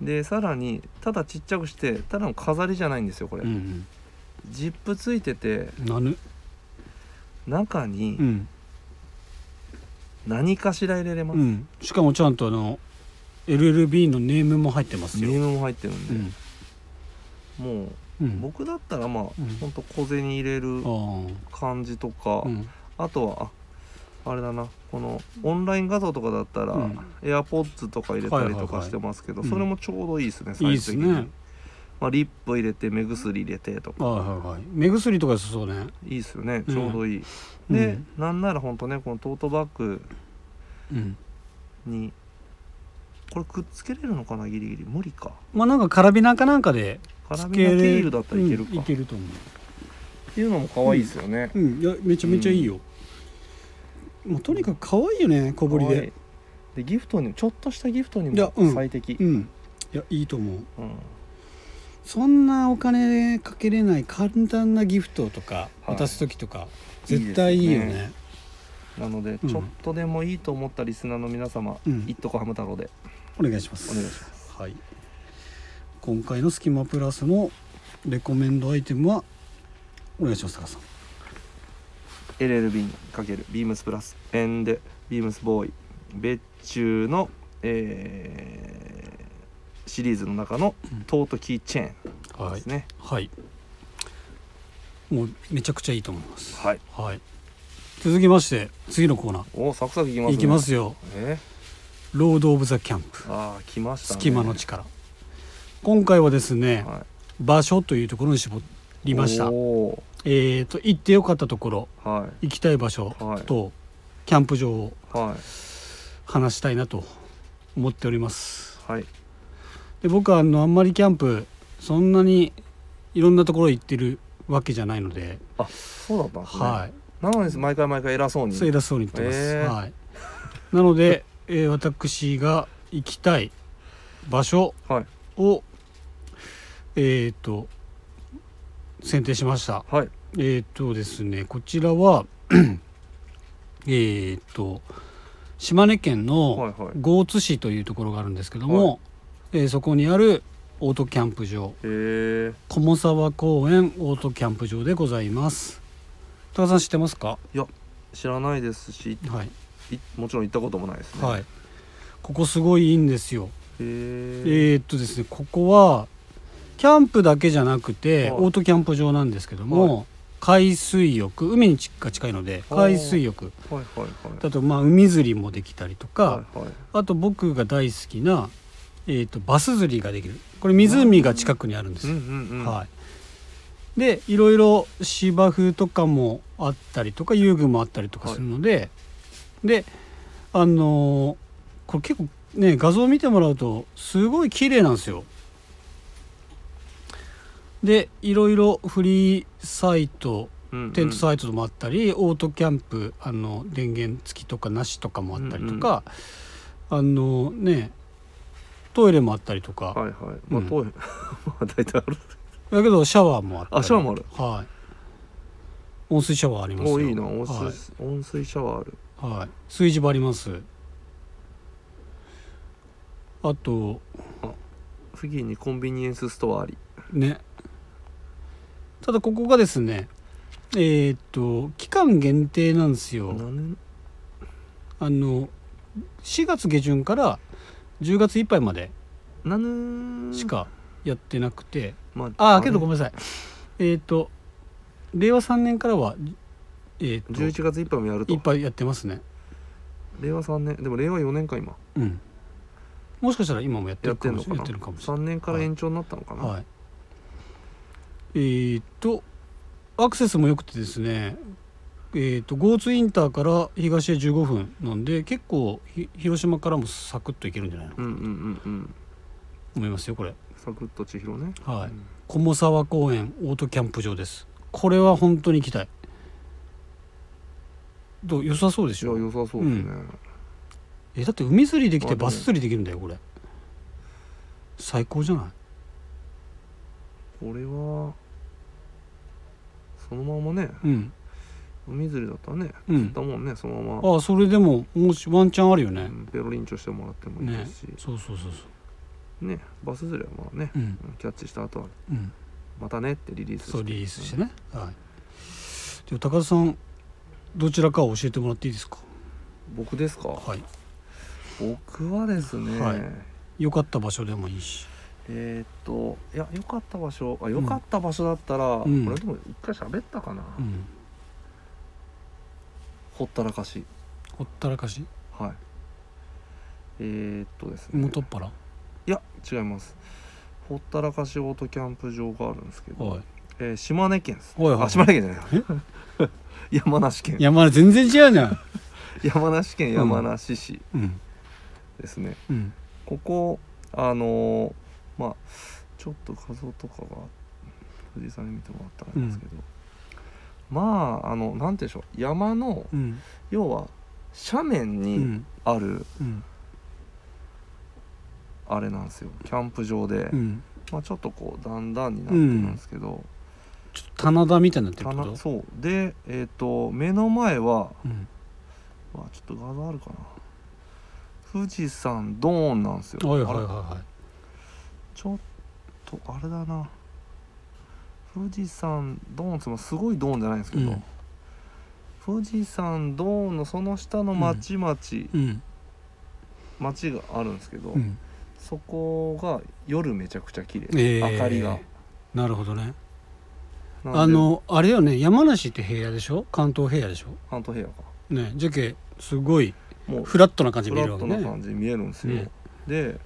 S2: でさらにただちっちゃくしてただの飾りじゃないんですよこれ、
S1: うん
S2: ジップついてて
S1: うんなぬ
S2: 中に
S1: うん
S2: 何かしら入れれます、
S1: うんしかもちゃんとあの LLB のネームも入ってます
S2: ネ
S1: よ、
S2: ームも入ってるん
S1: う
S2: で、
S1: ん
S2: も
S1: う
S2: う
S1: ん、
S2: 僕だったらまあ、
S1: うん
S2: ほんと小銭入れる
S1: あ
S2: 感じと
S1: あ
S2: か、
S1: うん
S2: あとはああれだなこのオンライン画像とかだったら、
S1: うん
S2: エアポッツとか入れたり
S1: はい
S2: と
S1: はいは
S2: か
S1: い
S2: してますけど、
S1: うん
S2: それもちょうどいいですね、サ
S1: いい
S2: イ
S1: っ
S2: ズ
S1: す
S2: 的
S1: ね
S2: にまあ、リップ入れて目薬入れてとか
S1: はいはいはい目薬とか良さそうね
S2: いいですよね
S1: うん
S2: ちょうどいい、
S1: うん
S2: でなんならほんとねこのトートバッグ
S1: うん
S2: にこれくっつけれるのかなギリギリ無理か
S1: まあなんかカラビナかなんかで
S2: カラ
S1: つ
S2: ビ
S1: け
S2: ナ
S1: れ
S2: ケールだったらいける
S1: うん
S2: か
S1: いけると思
S2: っていうのも可愛いですよね
S1: う、うんいやめちゃめちゃいいよ、もうとにかく可愛いよね小ぶり
S2: 可愛い
S1: で
S2: でギフトにもちょっとしたギフトに
S1: いや
S2: も
S1: うん
S2: 最適
S1: うんいやいいと思う
S2: うん
S1: そんなお金かけれない簡単なギフトとか
S2: はい
S1: 渡す時とか、
S2: いいですね
S1: 絶対いいよね
S2: なので
S1: うん
S2: ちょっとでもいいと思ったリスナーの皆様「
S1: うん
S2: いっとこハム太郎」で
S1: お願いします
S2: お願いします
S1: はい今回の「スキマプラス」のレコメンドアイテムはお願いします高さん
S2: LL 便×ビームスプラスエンデビームスボーイ別注の、えーシリーズの中のトートキーチェーン
S1: は
S2: で
S1: い
S2: す、ね、
S1: はい、もうめちゃくちゃいいと思います
S2: はい
S1: はい続きまして次のコーナー
S2: おサクサクいきます
S1: いきますよ
S2: え
S1: 「ロード・オブ・ザ・キャンプ
S2: ああ来ましたね
S1: 隙間の力」今回はですね、
S2: は
S1: 場所というところに絞
S2: い
S1: りました
S2: おー
S1: えっ、と行ってよかったところ
S2: は
S1: 行きたい場所
S2: はい
S1: と、キャンプ場を
S2: いは
S1: 話したいなと思っております
S2: いはい
S1: で僕はあのあんまりキャンプそんなにいろんなところ行ってるわけじゃないので、
S2: そうだったんですね、
S1: はい
S2: なのに毎回毎回偉そうに
S1: そう偉そうに言ってます、
S2: えー
S1: はい、なので、えー私が行きたい場所
S2: はい
S1: をえっ、と選定しました
S2: はい
S1: えっ、とですねこちらは えっと島根県
S2: はい
S1: の
S2: はい
S1: 江津市というところがあるんですけども、えーそこにあるオートキャンプ場
S2: へえ
S1: 菰沢公園オートキャンプ場でございます高田さん知ってますか
S2: 知らないですし
S1: はい
S2: いもちろん行ったこともないですね
S1: はい、ここすごいいいんですよ、
S2: へえ
S1: えーっとですねここはキャンプだけじゃなくて、
S2: はい
S1: オートキャンプ場なんですけども、海水浴海にが近いので
S2: おー
S1: 海水浴
S2: はいはいはい
S1: だとまあ海釣りもできたりとか、
S2: はいはい
S1: あと僕が大好きな、えーっとバス釣りができるこれ湖が近くにあるんです
S2: うん
S1: よ、
S2: うんうん
S1: はい、でいろいろ芝生とかもあったりとか遊具もあったりとかするので、であのーこれ結構ね画像見てもらうとすごい綺麗なんですよ。でいろいろフリーサイト
S2: うんうん
S1: テントサイトもあったり、オートキャンプあの電源付きとかなしとかもあったりとか、あのねトイレもあったりとか、
S2: はいはいまあ
S1: うん
S2: 遠い まあ大体ある
S1: だけどシャワーもあったり
S2: あシャワーもある
S1: はい温水シャワーありますよ
S2: おいいな温
S1: はい
S2: 水温水シャワーある
S1: はい、炊事場ありますあと
S2: 次にコンビニエンスストアあり
S1: ねただここがですねえーっと期間限定なんですよ
S2: 何年
S1: あの4月下旬から10月いっぱいまで
S2: 何年
S1: しかやってなくて、
S2: ま
S1: ああけどご
S2: ん
S1: めんなさいえーっと令和3年からはえーっ
S2: 11月いっぱいもやる
S1: と
S2: と
S1: いっぱいやってますね
S2: 令和3年でも令和4年か今
S1: うん、もしかしたら今もやって
S2: や
S1: る
S2: っ
S1: か
S2: てん
S1: も
S2: の
S1: し
S2: か
S1: れ
S2: な
S1: ないやってるかもしれ
S2: 3年から延長になったのかな、
S1: ない、はい、えーっとアクセスも良くてですねえー、と GO2 インターから東へ15分なんで結構ひ広島からもサクッといけるんじゃないの
S2: うんうんうんうん
S1: 思いますよこれ
S2: サクッと千尋ね
S1: は
S2: うん
S1: い菰沢公園オートキャンプ場ですこれは本当に行きたいどう良さそうでし
S2: いや
S1: ょ
S2: 良さそうですね、
S1: うえだって海釣りできて
S2: あでも
S1: バス釣りできるんだよこれ最高じゃない
S2: これはそのままね
S1: うん
S2: 海釣りだったらね
S1: うん
S2: だもんねそのまま、
S1: ああそれでももしワンチャンあるよね、
S2: うんペロリンチョしてもらってもいい
S1: ね
S2: ですし
S1: そうそうそうそ
S2: ねバス釣りはまあね
S1: ううん
S2: うんキャッチした後は
S1: うん
S2: またねってリリースして
S1: そうリリースしてね、はいで高田さんどちらかを教えてもらっていいですか
S2: 僕ですか
S1: はい
S2: 僕はですね、
S1: はい良かった場所でもいいし
S2: えーっといや良かった場所あ良かった場所だったら、
S1: ん
S2: これでも一回喋ったかな、
S1: うん
S2: ほったらかし
S1: ほったらかし
S2: はいえーっとですね
S1: 元っ腹
S2: いや違いますほったらかしオートキャンプ場があるんですけど、
S1: はい
S2: えー島根県です、
S1: はいはいはい
S2: あ島根県じゃない 山梨県
S1: 山根全然違うじゃん
S2: 山梨県山梨市
S1: うん
S2: ですね、
S1: うん
S2: ここあのーまあちょっと画像とかが藤井さんに見てもらったらあれですけど、まああのなんて言うんでしょう山の
S1: うん
S2: 要は斜面
S1: う
S2: に
S1: ん
S2: ある、
S1: うん
S2: あれなんですよキャンプ場で、
S1: うん
S2: まあ、ちょっとこう段々になってるんですけど、
S1: ちょっと棚田みたいになってるってこ
S2: 棚
S1: と
S2: そうでえっ、と目の前は
S1: うん
S2: わちょっと画像あるかな富士山ドーンなんですよ、
S1: はいはいはい
S2: あれ
S1: は
S2: ちょっとあれだな富士山ドーンってすごいドーンじゃないんですけど、
S1: うん
S2: 富士山道のその下の町々、
S1: うん
S2: 町があるんですけど、
S1: うん
S2: そこが夜めちゃくちゃ綺麗、
S1: えー
S2: 明かりが
S1: なるほどね
S2: なんで
S1: あのあれよね山梨って平野でしょ関東平野でしょ
S2: 半島平野か
S1: ねじゃけすごい
S2: もう
S1: フラットな感じ
S2: フ
S1: で見
S2: ラ
S1: えるわけ
S2: ット
S1: ね
S2: な感じに見えるんですよ、
S1: ね
S2: で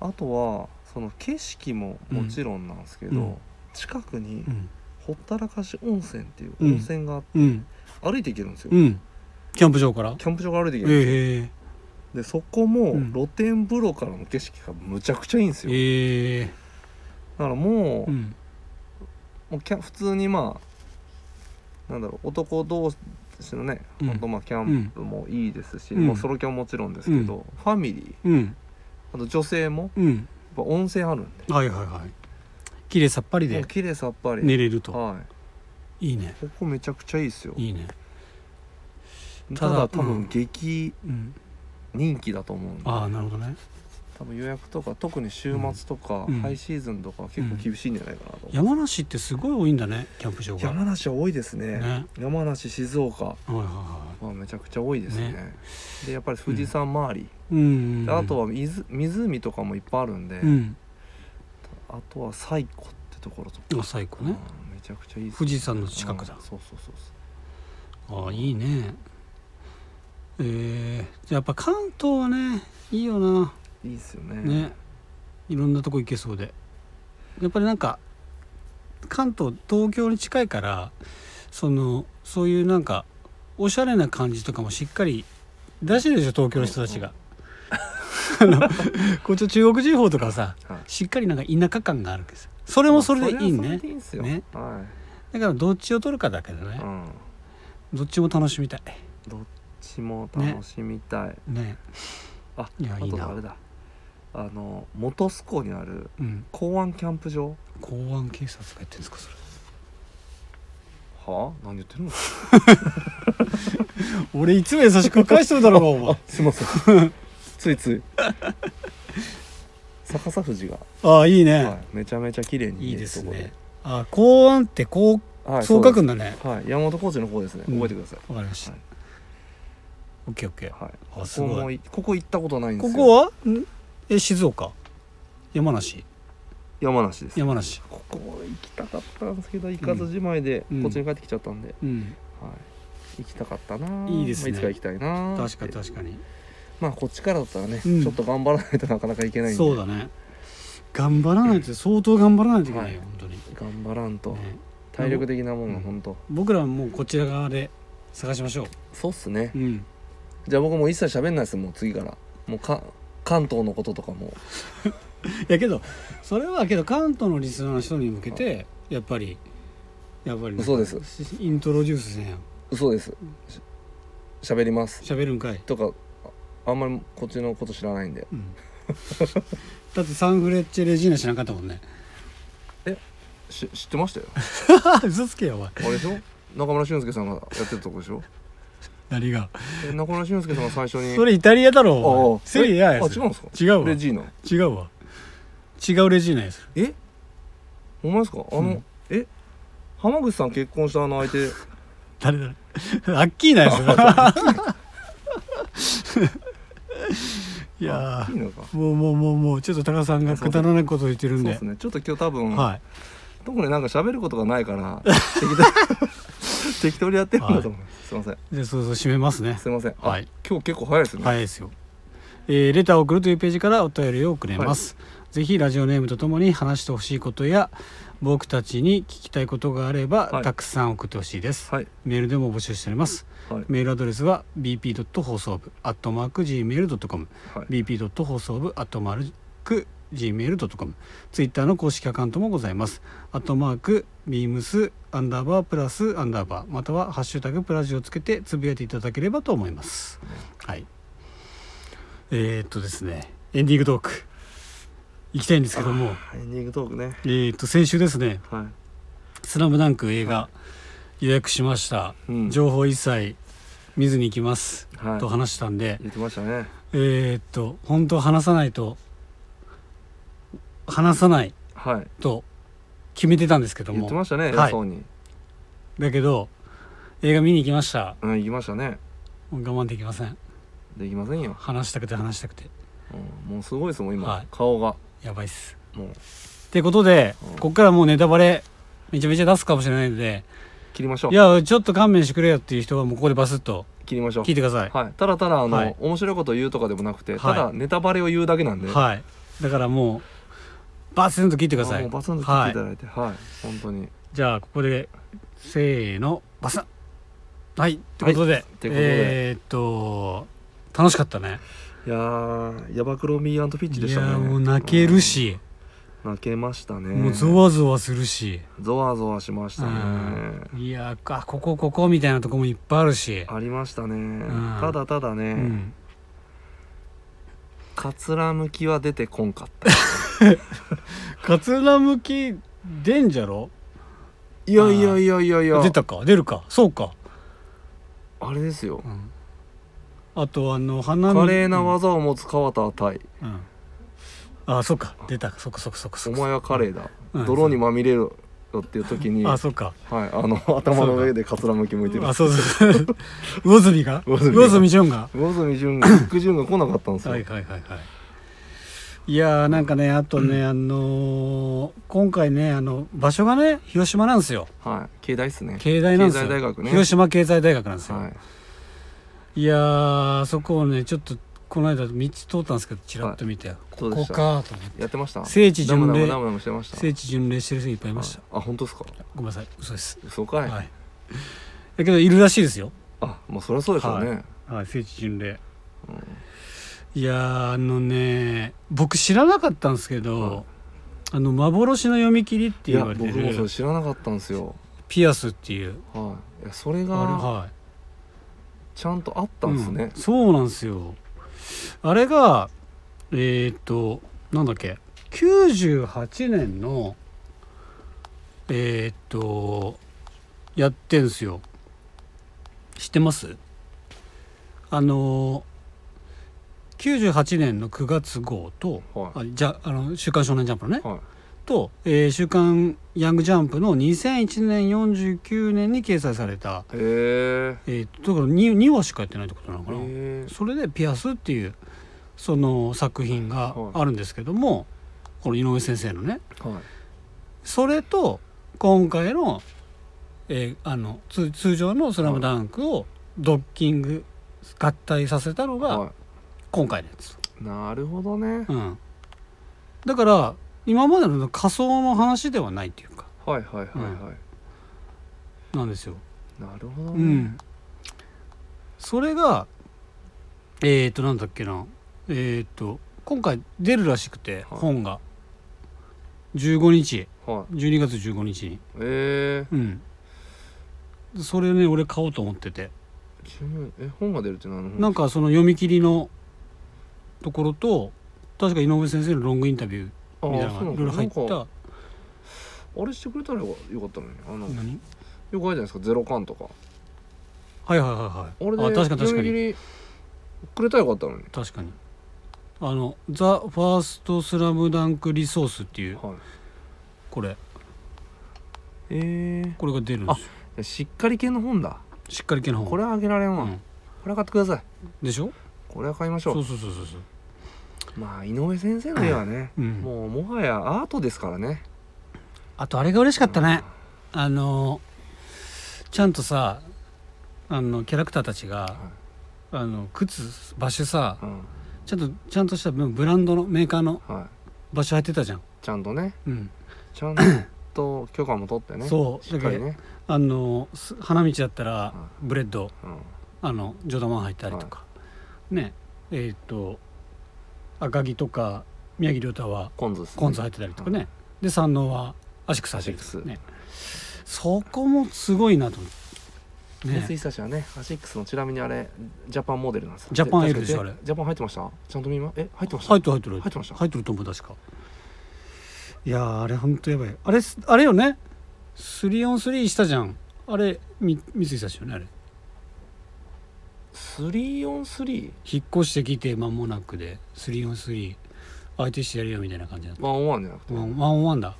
S2: あとはその景色ももちろんなんですけど、
S1: うんうん
S2: 近くに
S1: うん
S2: ほったらかし温泉っていう温泉があっ
S1: うん
S2: 歩いていけるんですよ、
S1: うんキャンプ場から
S2: キャンプ場が歩いていけるんですよ、
S1: ええ
S2: でそこも
S1: うん
S2: 露天風呂からの景色がむちゃくちゃいいんですよ、
S1: ええ
S2: だからも
S1: う
S2: う,、
S1: ん
S2: もうキャン普通にまあなんだろう男同士のね、
S1: うん
S2: ほんとまあキャンプもいいですし、
S1: うん
S2: まあ、ソロキャンももちろんですけど、ファミリー
S1: うん
S2: あと女性も
S1: うん
S2: やっぱ温泉あるん
S1: はいはいはい綺麗さっぱり
S2: でも
S1: で
S2: う綺麗さっぱり、
S1: 寝れると
S2: はい
S1: いいね
S2: ここめちゃくちゃいいですよ
S1: いいね
S2: ただ
S1: ただ
S2: 多
S1: うん
S2: 分激
S1: うん
S2: 人気だと思うんで、
S1: ああなるほどね
S2: 多分予約とか特に週末とか、
S1: うん
S2: ハイシーズンとかは結構厳しいんじゃないかなと、
S1: 山梨ってすごい多いんだねキャンプ場が
S2: 山梨は多いですね
S1: ね
S2: 山梨静岡
S1: はいはいは
S2: はめちゃくちゃ多いですねでやっぱり富士山周り、
S1: いうん
S2: であとは水湖とかもいっぱいあるんで、
S1: うん
S2: あとは西湖ってところとか、
S1: あ最高ね
S2: うんめちゃくちゃいいです
S1: 富士山の近くだ
S2: うんそうそうそうそう
S1: ああいいねえー、じゃあやっぱ関東はねいいよない
S2: いですよね
S1: ねいろんなとこ行けそうでやっぱりなんか関東東京に近いからそのそういうなんかおしゃれな感じとかもしっかり出してるでしょ東京の人たちが。あのこっちの中国地方とかはさ
S2: はい
S1: しっかりなんか田舎感があるけどさそ
S2: で
S1: れもそれでいい
S2: そ
S1: ね
S2: れはそれでいいんですよ、
S1: ね
S2: は
S1: だからどっちを取るかだけど
S2: い、
S1: ね
S2: うん
S1: どっちも楽しみたい
S2: どっちも楽しみたい、
S1: ね
S2: あ
S1: いや
S2: あ
S1: いい
S2: と
S1: な
S2: あれだあの本栖湖にある
S1: うん
S2: 港湾キャンプ場
S1: 公安警察がやってるんですかそれ
S2: はあ何言ってるの
S1: 俺いつも優しく返してるだろうがお前
S2: すいませ んついつい逆さ富士が、
S1: ああいいね、
S2: はい、めちゃめちゃ綺麗に見
S1: いい
S2: え
S1: で
S2: る
S1: す
S2: ところ
S1: ね。あ、公安ってこう、
S2: はい、
S1: そう書くん
S2: だ
S1: だね。
S2: はい山本コーチの方ですね
S1: うん
S2: 覚えてください、
S1: わかりました
S2: はい。
S1: オッケーオッケー。
S2: はい、
S1: あす
S2: ここ
S1: ごい
S2: もいここ行ったことないんです
S1: こ
S2: よ
S1: こは？んえ、静岡。山梨。
S2: 山梨です
S1: 山梨。
S2: ここ行きたかったんですけど行かずじまいで、
S1: うん
S2: こっちに帰ってきちゃったんで、
S1: うん。
S2: はい、行きたかったなあ
S1: いいですね
S2: まあいつか行きたいなあ
S1: 確か
S2: って
S1: 確かに。
S2: まあこっちからだったらね、
S1: うん
S2: ちょっと頑張らないとなかなかいけないんで
S1: そうだね。頑張らないと相当頑張らないといけないよ
S2: は
S1: 本当に。
S2: 頑張らんと、
S1: ね
S2: 体力的なもん
S1: う
S2: は
S1: ん
S2: ほんと、
S1: 僕らはもうこちら側で探しましょ
S2: そうっすね
S1: う。うん。
S2: じゃあ僕もう一切喋んないですもう次からもうか関東のこととかも
S1: やけど、それはけど関東のリスナーの人に向けてやっぱりやっぱりなんか
S2: そうです
S1: イントロデュースせんやん。
S2: 嘘ですし喋ります
S1: 喋るんかい。
S2: とかああんまりこっちのこと知らないんで
S1: うんだってサンフレッチェレジーナ知らなかったもんね
S2: し知ってましたよ
S1: 嘘つけよお前
S2: あれでし ょ中村俊輔さんがやってたとこでしょ
S1: 何が
S2: え中村俊輔さんが最初に
S1: それイタリアだろ
S2: あ
S1: お前
S2: あ
S1: セリアや
S2: あ
S1: や
S2: 違うんですか
S1: 違うわ
S2: レジーナ
S1: 違うわ違うレジーナやす
S2: えお前ですかあの、
S1: うん
S2: え浜口さん結婚したあの相手
S1: 誰誰アッキーナや す いや
S2: いいのか
S1: ーもうもうもうもうちょっと高田さんがくだらないことを言ってる
S2: そうんで
S1: です
S2: ねちょっと今日多分、
S1: はい
S2: 特になんか喋ることがないから 適当適当にやってるんだと思います、すいませ
S1: じゃあそうそう締めますね
S2: んすいませんあ、
S1: はい
S2: 今日結構早いですね、
S1: 早いですよ、えーレターを送るというページからお便りを送れます、ぜひラジオネームとともに話してほしいことや僕たちに聞きたいことがあれば、
S2: はい
S1: たくさん送ってほしいです、
S2: はい
S1: メールでも募集しております
S2: はい
S1: メールアドレスは bp. 放送部 atmarkgmail.com
S2: はい
S1: bp. 放送部 atmarkgmail.com ツイッターの公式アカウントもございますアットマークビームスアンダーバープラスアンダーバーまたはハッシュタグプラジをつけてつぶやいていただければと思いますはいえー、っとですねエンディングトーク行きたいんですけども
S2: あーエンディングトークね
S1: えー、っと先週ですね
S2: はい、
S1: 「スラムダンク映画
S2: は
S1: 予約しました、
S2: うん
S1: 情報一切見ずに行きます、
S2: はい
S1: と話したんで
S2: 言ってましたね
S1: えー、っと本当話さないと話さない
S2: はい
S1: と決めてたんですけど
S2: 言って
S1: も
S2: ましたね
S1: はい
S2: 偉そうに
S1: だけど映画見に行きました
S2: うん行きましたね
S1: もう我慢できません
S2: できませんよ、
S1: 話したくて話したくて
S2: うん、もうすごいですもん今、
S1: はい
S2: 顔が
S1: やばいっす
S2: もう
S1: ってことで
S2: うん
S1: こっからもうネタバレめちゃめちゃ出すかもしれないので
S2: 切りましょう
S1: いやちょっと勘弁してくれよっていう人はもうここでバスッと
S2: 切りましょう
S1: 聞いてください
S2: はい、ただただあの、
S1: はい
S2: 面白いことを言うとかでもなくて、
S1: はい
S2: ただネタバレを言うだけなんで、
S1: はいだからもうバスンと聞いてくださ
S2: あ
S1: い
S2: もうバツンと切っていた
S1: はい
S2: だいてはい、本当に
S1: じゃあここでせーのバスンはいってことで,、
S2: てことで
S1: えーっと楽しかったね
S2: いやーヤバクロミーフィッチで
S1: い
S2: したね
S1: やもう泣ける、し、
S2: うん泣けましたね
S1: もうゾワゾワするし、
S2: ゾワゾワしましたね、
S1: うんいやあここここみたいなとこもいっぱいあるし、
S2: ありましたね、
S1: ん
S2: ただただね、
S1: うん、
S2: かつらむきは出てこんかった
S1: カツラ向き出んじゃろ
S2: いやいやいやいやいや
S1: 出たか出るかそうか、
S2: あれですよ
S1: うんあとあの花
S2: 華麗な
S1: 技
S2: 技を持つ川田対、
S1: うんうんあそうか出たそっかそっかそっかそっ
S2: お
S1: か
S2: 前は華麗だ、
S1: うん
S2: 泥にまみれるよっていう時に、
S1: あ
S2: はい、
S1: そうか
S2: あの頭の上でかつらむき向いてる
S1: あそうそう そう魚住が
S2: 魚住が
S1: 魚住潤が
S2: 魚住 淳が福潤が来なかったんですよ、
S1: はいはいはいはいいやーなんかねあとね、あのー今回ねあの場所がね広島なんですよ
S2: はい、経大っすね
S1: 経済なんですよ
S2: 経済大学ね
S1: 広島経済大学なんですよ、、
S2: はい
S1: やーそこをねちょっとこの間道通ったんですけどちらっと見て、
S2: ど
S1: こ
S2: うで
S1: こ
S2: した
S1: かと思って
S2: いやってました
S1: 聖地巡
S2: ダム
S1: 礼
S2: ダムダムダムしてました
S1: 聖地巡礼してる人いっぱいいました、
S2: はいあ本当ですか
S1: ごめんなさい嘘です
S2: 嘘か、
S1: はいい、だけどいるらしいですよ
S2: あもうそりゃそうでしょうね、
S1: はい聖地巡礼いやーあのね僕知らなかったんですけど、
S2: はい
S1: あの幻の読み切りって
S2: いや
S1: 言われ
S2: 僕
S1: て
S2: もそれ
S1: る
S2: 知らなかったんですよ
S1: ピアスっていう
S2: はいいやそれ
S1: あれ
S2: が
S1: はい
S2: ちゃんとあったんですね
S1: うん、そうなんですよあれがえーっとなんだっけ98年のえーっとやってんすよ知ってますあの98年の9月号と、
S2: はい
S1: あじゃあの「週刊少年ジャンプ」のね、
S2: はい
S1: と、えー週刊ヤングジャンプ」の2001年49年に掲載された、
S2: へえ
S1: えーっとだから 2, 2話しかやってないってことなのかな、
S2: へー
S1: それで「ピアス」っていうその作品があるんですけども、この井上先生のね
S2: はい
S1: それと今回の,、えーあの通通常の「スラムダンクをドッキング合体させたのが
S2: は
S1: 今回のやつ、
S2: いなるほどね
S1: うん、だから今までの仮想の話ではないっていうか
S2: はいはいはいは
S1: なんですよ。
S2: いなるほど
S1: う
S2: ね
S1: ん、それがえっ、ー、となんだっけなえっ、ー、と今回出るらしくて、
S2: はい
S1: 本が15日
S2: はい
S1: 12月15日に
S2: え
S1: うんそれね俺買おうと思ってて、
S2: ーちなみにえ本が出るって何の
S1: な
S2: 本
S1: んかその読み切りのところと確か井上先生のロングインタビュー
S2: あ
S1: みたいな
S2: ー
S1: の
S2: そ
S1: が
S2: うないん
S1: ろいろ入っ
S2: なんか
S1: た
S2: あれしてくれたらよかったのにあのよくある
S1: 何
S2: じゃないですかゼロ感とか
S1: はいはいはい
S2: 俺で
S1: はいあ確かに確か
S2: 読み
S1: に
S2: 切りくれたらよかったのに
S1: 確かにあの「ザ・ファースト・スラムダンク・リソース」っていう
S2: はい
S1: これ
S2: え
S1: これが出るんですよ
S2: えしっかり系の本だ
S1: しっかり系の本
S2: これはあげられんわ、
S1: うん
S2: これは買ってください
S1: でしょ
S2: これは買いまし
S1: そ
S2: ょ
S1: う
S2: う
S1: そうそうそうそう
S2: まあ井上先生の絵はね、
S1: うん
S2: もうもはやアートですからね
S1: あとあれが嬉しかったねあのちゃんとさあのキャラクターたちがあの靴場所さ
S2: うん
S1: ちゃんとちゃんとしたブランドのメーカーの
S2: は
S1: 場所入ってたじゃん、
S2: いちゃんとね
S1: うん、
S2: ちゃんと許可も取ってね
S1: そう
S2: しっかりね、
S1: あのす花道だったら
S2: う
S1: ブレッド
S2: うん、
S1: あのジョーダンマン入ったりとか、ねえっ、と赤木とか宮城亮太は
S2: コンズですね
S1: コンズ入ってたりとかね、で山王はアシックス走ってる、ね、そこもすごいなと思って、
S2: 三井
S1: ね、
S2: 久志はねアシックスのちなみにあれジャパンモデルなんですよ
S1: ジャパン
S2: で
S1: L でしょ
S2: 確か
S1: あれ
S2: ジャパン入ってましたちゃんと見まえ入ってました
S1: 入ってる入ってる
S2: 入ってました
S1: 入ってると思う確かいやーあれほんとやばいあれすあれよね 3on3 したじゃんあれみ三井久志よねあれ
S2: 3on3
S1: 引っ越してきて間もなくで 3on3 相手してやるよみたいな感じだった
S2: ワンオンワンじゃなくて、
S1: ワンワンオンワンだ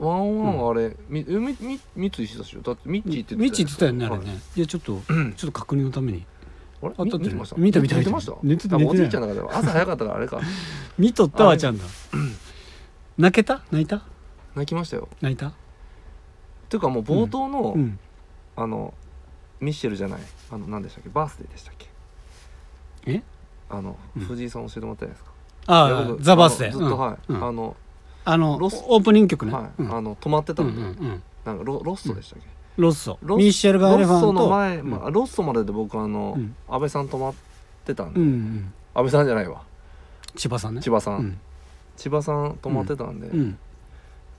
S2: ワンオンワンはあれ、みえみみ三井久志だってミッチーって
S1: ミッチーって言ったよねあれ
S2: はい
S1: ねいやちょっとちょっと確認のために
S2: あれ
S1: あ
S2: み
S1: だって
S2: 見てました
S1: 見た見た
S2: 寝てました
S1: 見た寝てた
S2: あもうお
S1: 寝て
S2: じ
S1: ない
S2: いちゃんだから朝早かったからあれか
S1: 見とったわちゃんだ泣けた泣いた
S2: 泣きましたよ
S1: 泣いた
S2: っていうかもう冒頭の、
S1: うん
S2: あのミッシェルじゃないあの何でしたっけバースデーでしたっけ
S1: え
S2: あの
S1: うん
S2: 藤井さん教えてもらったじゃないですか、いや
S1: ああ
S2: 僕
S1: ザ・バースデ
S2: あ
S1: ー
S2: のずっと、はい、
S1: うん
S2: あの、
S1: あの
S2: ロス
S1: オープニング曲ね
S2: は
S1: う
S2: い
S1: ん
S2: あの止まってた
S1: うんんう
S2: で、
S1: んうん
S2: なんかロロッソでしたっけ、
S1: ロッソ
S2: ロッ
S1: ミッシェル・ガー
S2: ロ
S1: レ
S2: ッ
S1: ファン
S2: ソ
S1: と
S2: の前、
S1: うん
S2: まあ、ロッソまでで僕あの、
S1: うん
S2: 安倍さん止まってたんで、
S1: うんうん
S2: 安倍さんじゃないわ
S1: 千葉さんね
S2: 千葉さん、
S1: うん
S2: 千葉さん止まってたんで、
S1: う
S2: い
S1: ん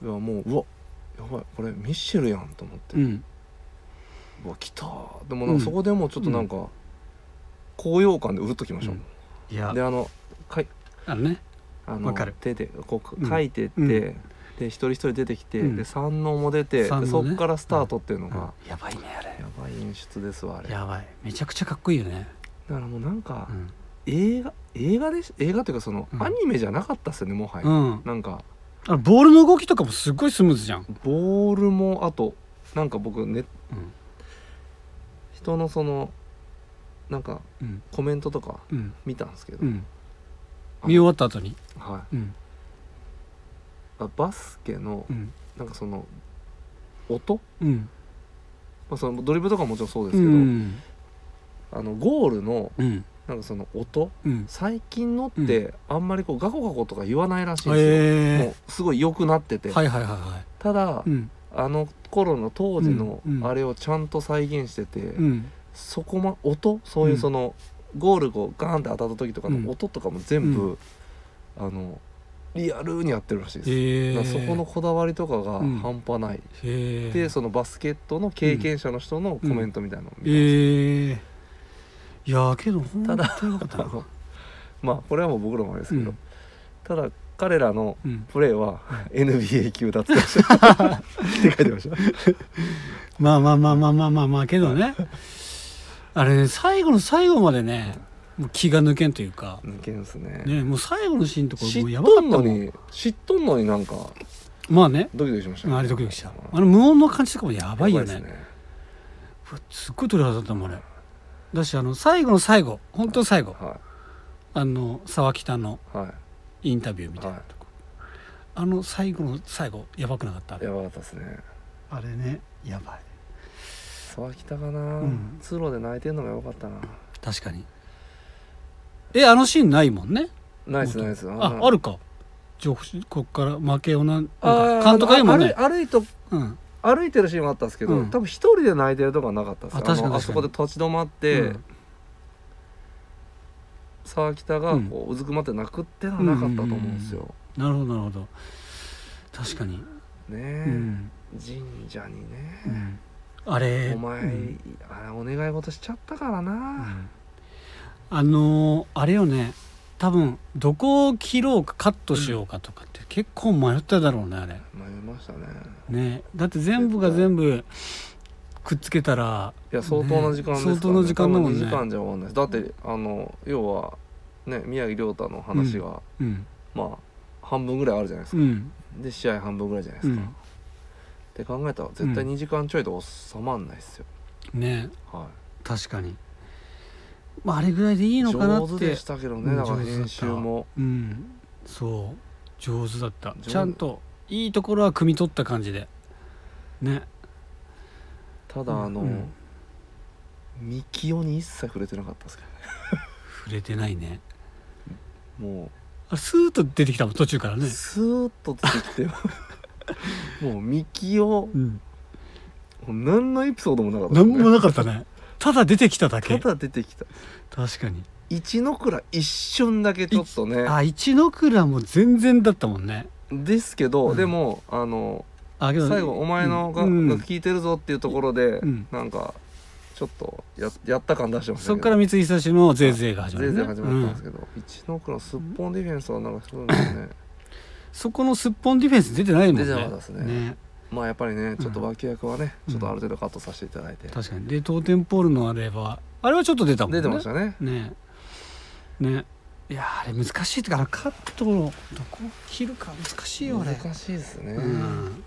S2: やもううわやばいこれミッシェルやんと思って、
S1: う
S2: うんわ来たでもなんかそこでもうちょっとなんか、高揚感でうるっときましょう、
S1: いや
S2: であのかい
S1: あのね
S2: あの
S1: わかる
S2: 出てこ
S1: う
S2: うん書いてって、
S1: うん
S2: で一人一人出てきて、
S1: うん
S2: で三能も出て、
S1: 三
S2: で
S1: 能
S2: そ
S1: ね
S2: っからスタートっていうのが、
S1: やばいねあれ
S2: やばい演出ですわあれだか
S1: やばいめちゃくちゃかっこいいよね
S2: らもうなんか、
S1: うん
S2: 映画映画でし映画っていうかその、
S1: うん
S2: アニメじゃなかったっすよねもはや、
S1: うん
S2: なんか
S1: あボールの動きとかもすっごいスムーズじゃん
S2: ボールもあとなんか僕ね
S1: うん
S2: 人のそのなんか
S1: うん
S2: コメントとか
S1: うん
S2: 見たんですけど、
S1: うん
S2: あ
S1: 見終わった後に
S2: は
S1: うん
S2: い、あバスケの
S1: うん
S2: なんかその音、
S1: うん
S2: まあ、そのドリブルとかももちろんそうです
S1: う
S2: けど、
S1: ん
S2: あのゴールの
S1: うん
S2: なんかその音
S1: うん
S2: 最近のってあんまりこうガコガコとか言わないらしいんですよ、も
S1: え
S2: うすごい良くなってて、
S1: えはいはいはいは
S2: ただ、
S1: いうん
S2: あの頃の当時の
S1: うんうん
S2: あれをちゃんと再現してて、
S1: うん
S2: そこま音そういううんその、ゴールをガーンって当たった時とか
S1: うん
S2: の音とかも全部、
S1: う
S2: あのリアルにやってるらしいです、
S1: え
S2: だ
S1: え
S2: からそこのこだわりとかが
S1: うん
S2: 半端ない、
S1: へえ
S2: でそのバスケットの経験者の人のコメントみたいなのを見たんですよ
S1: ええいやーけどほんと
S2: た
S1: よ
S2: だ
S1: かった
S2: あ
S1: な
S2: のまあこれはもう僕らもあれです
S1: う
S2: けど、
S1: ん
S2: ただ彼らの
S1: うん
S2: プレーは NBA 級だって書いてましたって書いてました
S1: まあまあまあまあまあまあまあけど ねあれね最後の最後までねもう気が抜けんというか
S2: 抜けんすね
S1: ねもう最後のシーンとか
S2: 知
S1: もうや
S2: っ
S1: ばか
S2: と
S1: った
S2: ん
S1: も
S2: の
S1: ん
S2: に知っとんのになんか
S1: まあね
S2: ドキドキしましたね
S1: あれドキドキした
S2: うん
S1: あの無音の感じとかもやばいよね
S2: やばですね
S1: うわすっごい鳥肌立ったもんあれだしあの最後の最後本当最後
S2: は
S1: あの沢北の
S2: いは
S1: インタビューみたいなとこ、あの最後の最後やばくなかったあ
S2: い
S1: れ
S2: やばかったですね
S1: あれねやばい
S2: 沢北がな、
S1: ん
S2: 通路で泣いてんのがよかったな
S1: 確かにえあのシーンないもんね
S2: ナイスナイス
S1: あ
S2: ん
S1: あるか情報しこっから負けをなん
S2: あ
S1: な
S2: ー
S1: んか監督が言うもんね
S2: あの歩い歩いと
S1: うん
S2: 歩いてるシーンはあったんですけど、
S1: うん
S2: 多分一人で泣いてるとかはなかったです
S1: あ確かに
S2: あのあ
S1: 確
S2: そ
S1: かに
S2: こで立ち止まって、
S1: うん
S2: 沢北がこううずくまって泣くってのはなかったと思うんですよ、
S1: なるほどなるほど確かにう
S2: ねえ、
S1: ん、
S2: 神社にね、
S1: うん、あれ
S2: お前、
S1: うん
S2: あれお願い事しちゃったからな、
S1: あのーあれよね多分どこを切ろうかカットしようかとかって結構迷っただろうねあれ
S2: 迷いましたね
S1: ねだって全部が全部くっつけたら
S2: いや相当な時間ですから、ね
S1: ね相当な時間だもんね
S2: 多分2時間じゃ終わんないですだってあの要はね宮城亮太の話が、
S1: うん
S2: まあ半分ぐらいあるじゃないです
S1: う
S2: か、
S1: ん
S2: で試合半分ぐらいじゃないで
S1: う
S2: すか、
S1: ん
S2: って考えたら絶対2時間ちょいで収まんないですよ、
S1: ね
S2: はい
S1: 確かにまああれぐらいでいいのかなっ
S2: 上手
S1: て
S2: でしたけど
S1: う
S2: ね
S1: ん
S2: だから
S1: 上手だった
S2: 編集も
S1: うんそう上手だった
S2: 上手
S1: ちゃんといいところは汲み取った感じでね
S2: ただあの、
S1: うん
S2: ミキオに一切触れてなかったですけ
S1: 触れてないね
S2: どねも
S1: あスーッと出てきたもん途中から
S2: う
S1: ね
S2: スーッと出てき てもうミキオ
S1: うん
S2: 何のエピソードもなかったで
S1: 何
S2: すね、
S1: もなかったねただ出てきただけ
S2: ただ出てきた
S1: 確かに
S2: 一ノ倉一瞬だけちょっとね
S1: あ一ノ倉も全然だったもんね
S2: ですけど、
S1: うん
S2: でもあの
S1: あけど
S2: 最後「お前のが,、
S1: うん
S2: が聞いてるぞ」っていうところで、
S1: うん
S2: なんかちょっとややった感出してました
S1: そ
S2: け
S1: っ
S2: ど
S1: から三井久志の「ゼーゼー」が始ま
S2: 全
S1: る、ね
S2: 然始まったんですけど、一ノ倉すっぽんディフェンスはなんかすごいですよね
S1: うんそこのすっぽんディフェンス出てないもんね
S2: 出てなかったですねまあやっぱりねちょっと脇役はね、
S1: うん
S2: ちょっとある程度カットさせていただいて、
S1: 確かにで当店ポールのあれはあれはちょっと出たもんね
S2: 出てましたね
S1: ねねいやーあれ難しいってかあのカットのどこを切るか難しいよあれ
S2: 難しいですね、
S1: うん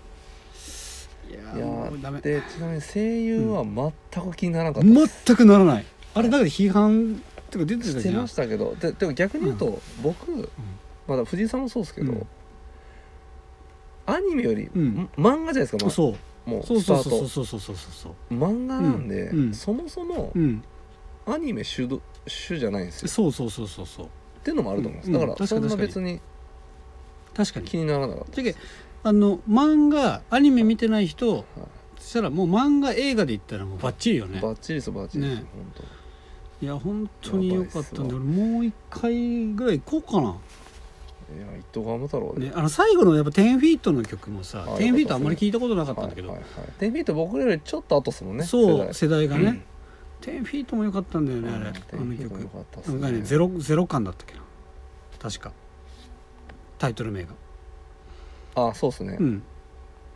S1: いや
S2: い
S1: ー
S2: や
S1: もうダメ
S2: ーでちなみに声優は全く気にならなかったです、
S1: 全くならないあれだから批判っていうか出てた
S2: し
S1: じ
S2: て
S1: ゃん
S2: ましたけどででも逆に言うと、僕、まだ藤井さんもそうですけど、
S1: うん
S2: アニメより、
S1: うん
S2: ん漫画じゃないですか、まず
S1: そう
S2: もう
S1: そう
S2: スタ
S1: そう
S2: ート
S1: そうそうそうそうそう
S2: 漫画なんで、
S1: うんうん
S2: そもそも
S1: うん
S2: アニメ主導主じゃないんですよ、
S1: そうそうそうそうそう
S2: っていうのもあると思うんです、
S1: うん
S2: だから
S1: 確
S2: そ
S1: かに
S2: んな
S1: 確か
S2: 別に
S1: 確かに
S2: 気にならなかった
S1: じゃけあの漫画アニメ見てない人、そしたらもう漫画映画で言ったらもうバッチリよね
S2: バッチリですバッチリです、
S1: ね
S2: 本当
S1: いや本当に良かったんで
S2: やばいっすわ
S1: 俺もう一回ぐらい行こうかない
S2: や伊藤ガム太郎で、
S1: ね、あの最後のやっぱ10フィートの曲もさ
S2: あ
S1: 10フィートあんまり聞いたことなかったんだけど、
S2: はいはいはい、デビート僕らよりちょっと後っすもんね
S1: そう
S2: 世
S1: 世代が
S2: 代
S1: ね、10フィートも良かったんだよ
S2: うん
S1: ねあれ、
S2: う
S1: あの
S2: んデビート良
S1: 曲
S2: かったっす
S1: なん
S2: ね
S1: かねゼロゼロ感だったっけな確かタイトル名が
S2: あそうですね、
S1: うん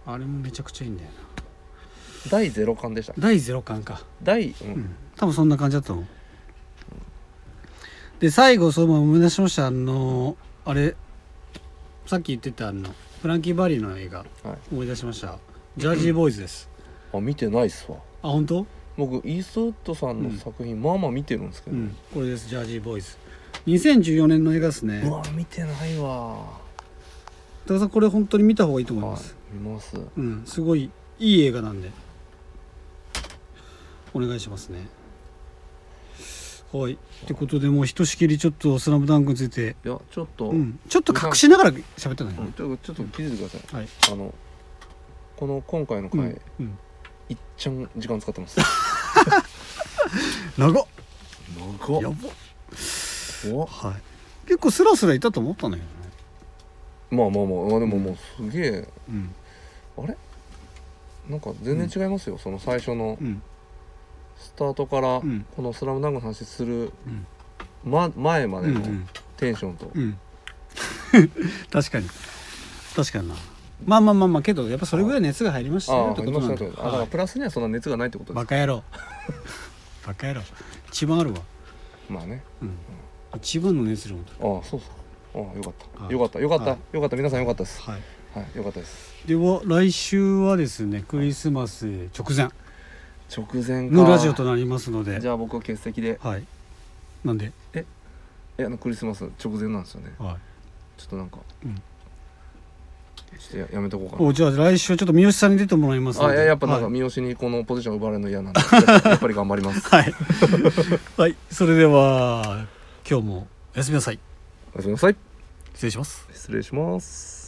S1: あれもめちゃくちゃいいんだよな
S2: 第ゼロ巻でした
S1: 第ゼロ感か
S2: 第、うん
S1: うん多分そんな感じだと思うで最後そういえば思い出しましたあのあれさっき言ってたあのフランキー・バリーの映画
S2: はい
S1: 思い出しましたジャージーボーイズです
S2: あ見てないっすわ
S1: あ本当
S2: 僕イーストウッドさんの作品、まあまあ見てるんですけ
S1: う
S2: ど、うん
S1: これですジャージーボーイズ2014年の映画ですね
S2: わ見てないわ
S1: 高田さんこれ本当に見た方がいいと思いま
S2: は
S1: す、
S2: い見ます
S1: うんすごいいい映画なんでお願いしますねはいってことでもうひとしきりちょっと「スラムダンクについて、
S2: いやちょっと、
S1: うん、ちょっと隠しながら喋ってない、
S2: うんちょちょっと気づいてください、
S1: はい
S2: あのこの今回の
S1: う
S2: 回、
S1: んうん、
S2: いっちゃん時間使ってます
S1: 長っ
S2: 長
S1: やば
S2: っ
S1: っ
S2: 怖っ
S1: はい結構スラスラいたと思ったんだけどね
S2: まあまあまあまあでももうすげえ、
S1: うん
S2: あれなんか全然違いますよ、その最初の
S1: うん
S2: スタートから
S1: うん
S2: この「スラムダンクの話する、
S1: うん
S2: ま、前ま
S1: う
S2: で
S1: んう
S2: の
S1: ん
S2: テンションと、
S1: うん 確かに確かになまあまあまあまあけどやっぱそれぐらい熱が入りました
S2: あ
S1: ね
S2: あ
S1: って
S2: 入
S1: こ
S2: り
S1: と
S2: ま
S1: な
S2: し
S1: んだ
S2: たとあだからプラスにはそんな熱がないってことで
S1: バ
S2: す
S1: カ野郎 バカ野郎一番あるわ、
S2: まあね
S1: うん、一番の熱量の時
S2: ああそうそうああよかっ
S1: はい
S2: たよかったよかった、
S1: は
S2: よかった皆さんよかったです
S1: はい
S2: はいよかったです
S1: では来週はですねクリスマス直前
S2: 直前か
S1: のラジオとなりますので
S2: じゃあ僕は欠席で
S1: はいなんで
S2: えあのクリスマス直前なんですよね
S1: はい
S2: ちょっとなんか、
S1: うん
S2: ちょっとややめとこうかな
S1: おじゃあ来週ちょっと三好さんに出てもらいますの
S2: あ
S1: で
S2: いややっぱなん
S1: は
S2: か
S1: い
S2: 三好にこのポジション奪われるの嫌なんでやっぱり頑張り ます
S1: はい、 はい、それでは今日もおやすみなさい
S2: おやすみなさい
S1: 失礼します
S2: 失礼します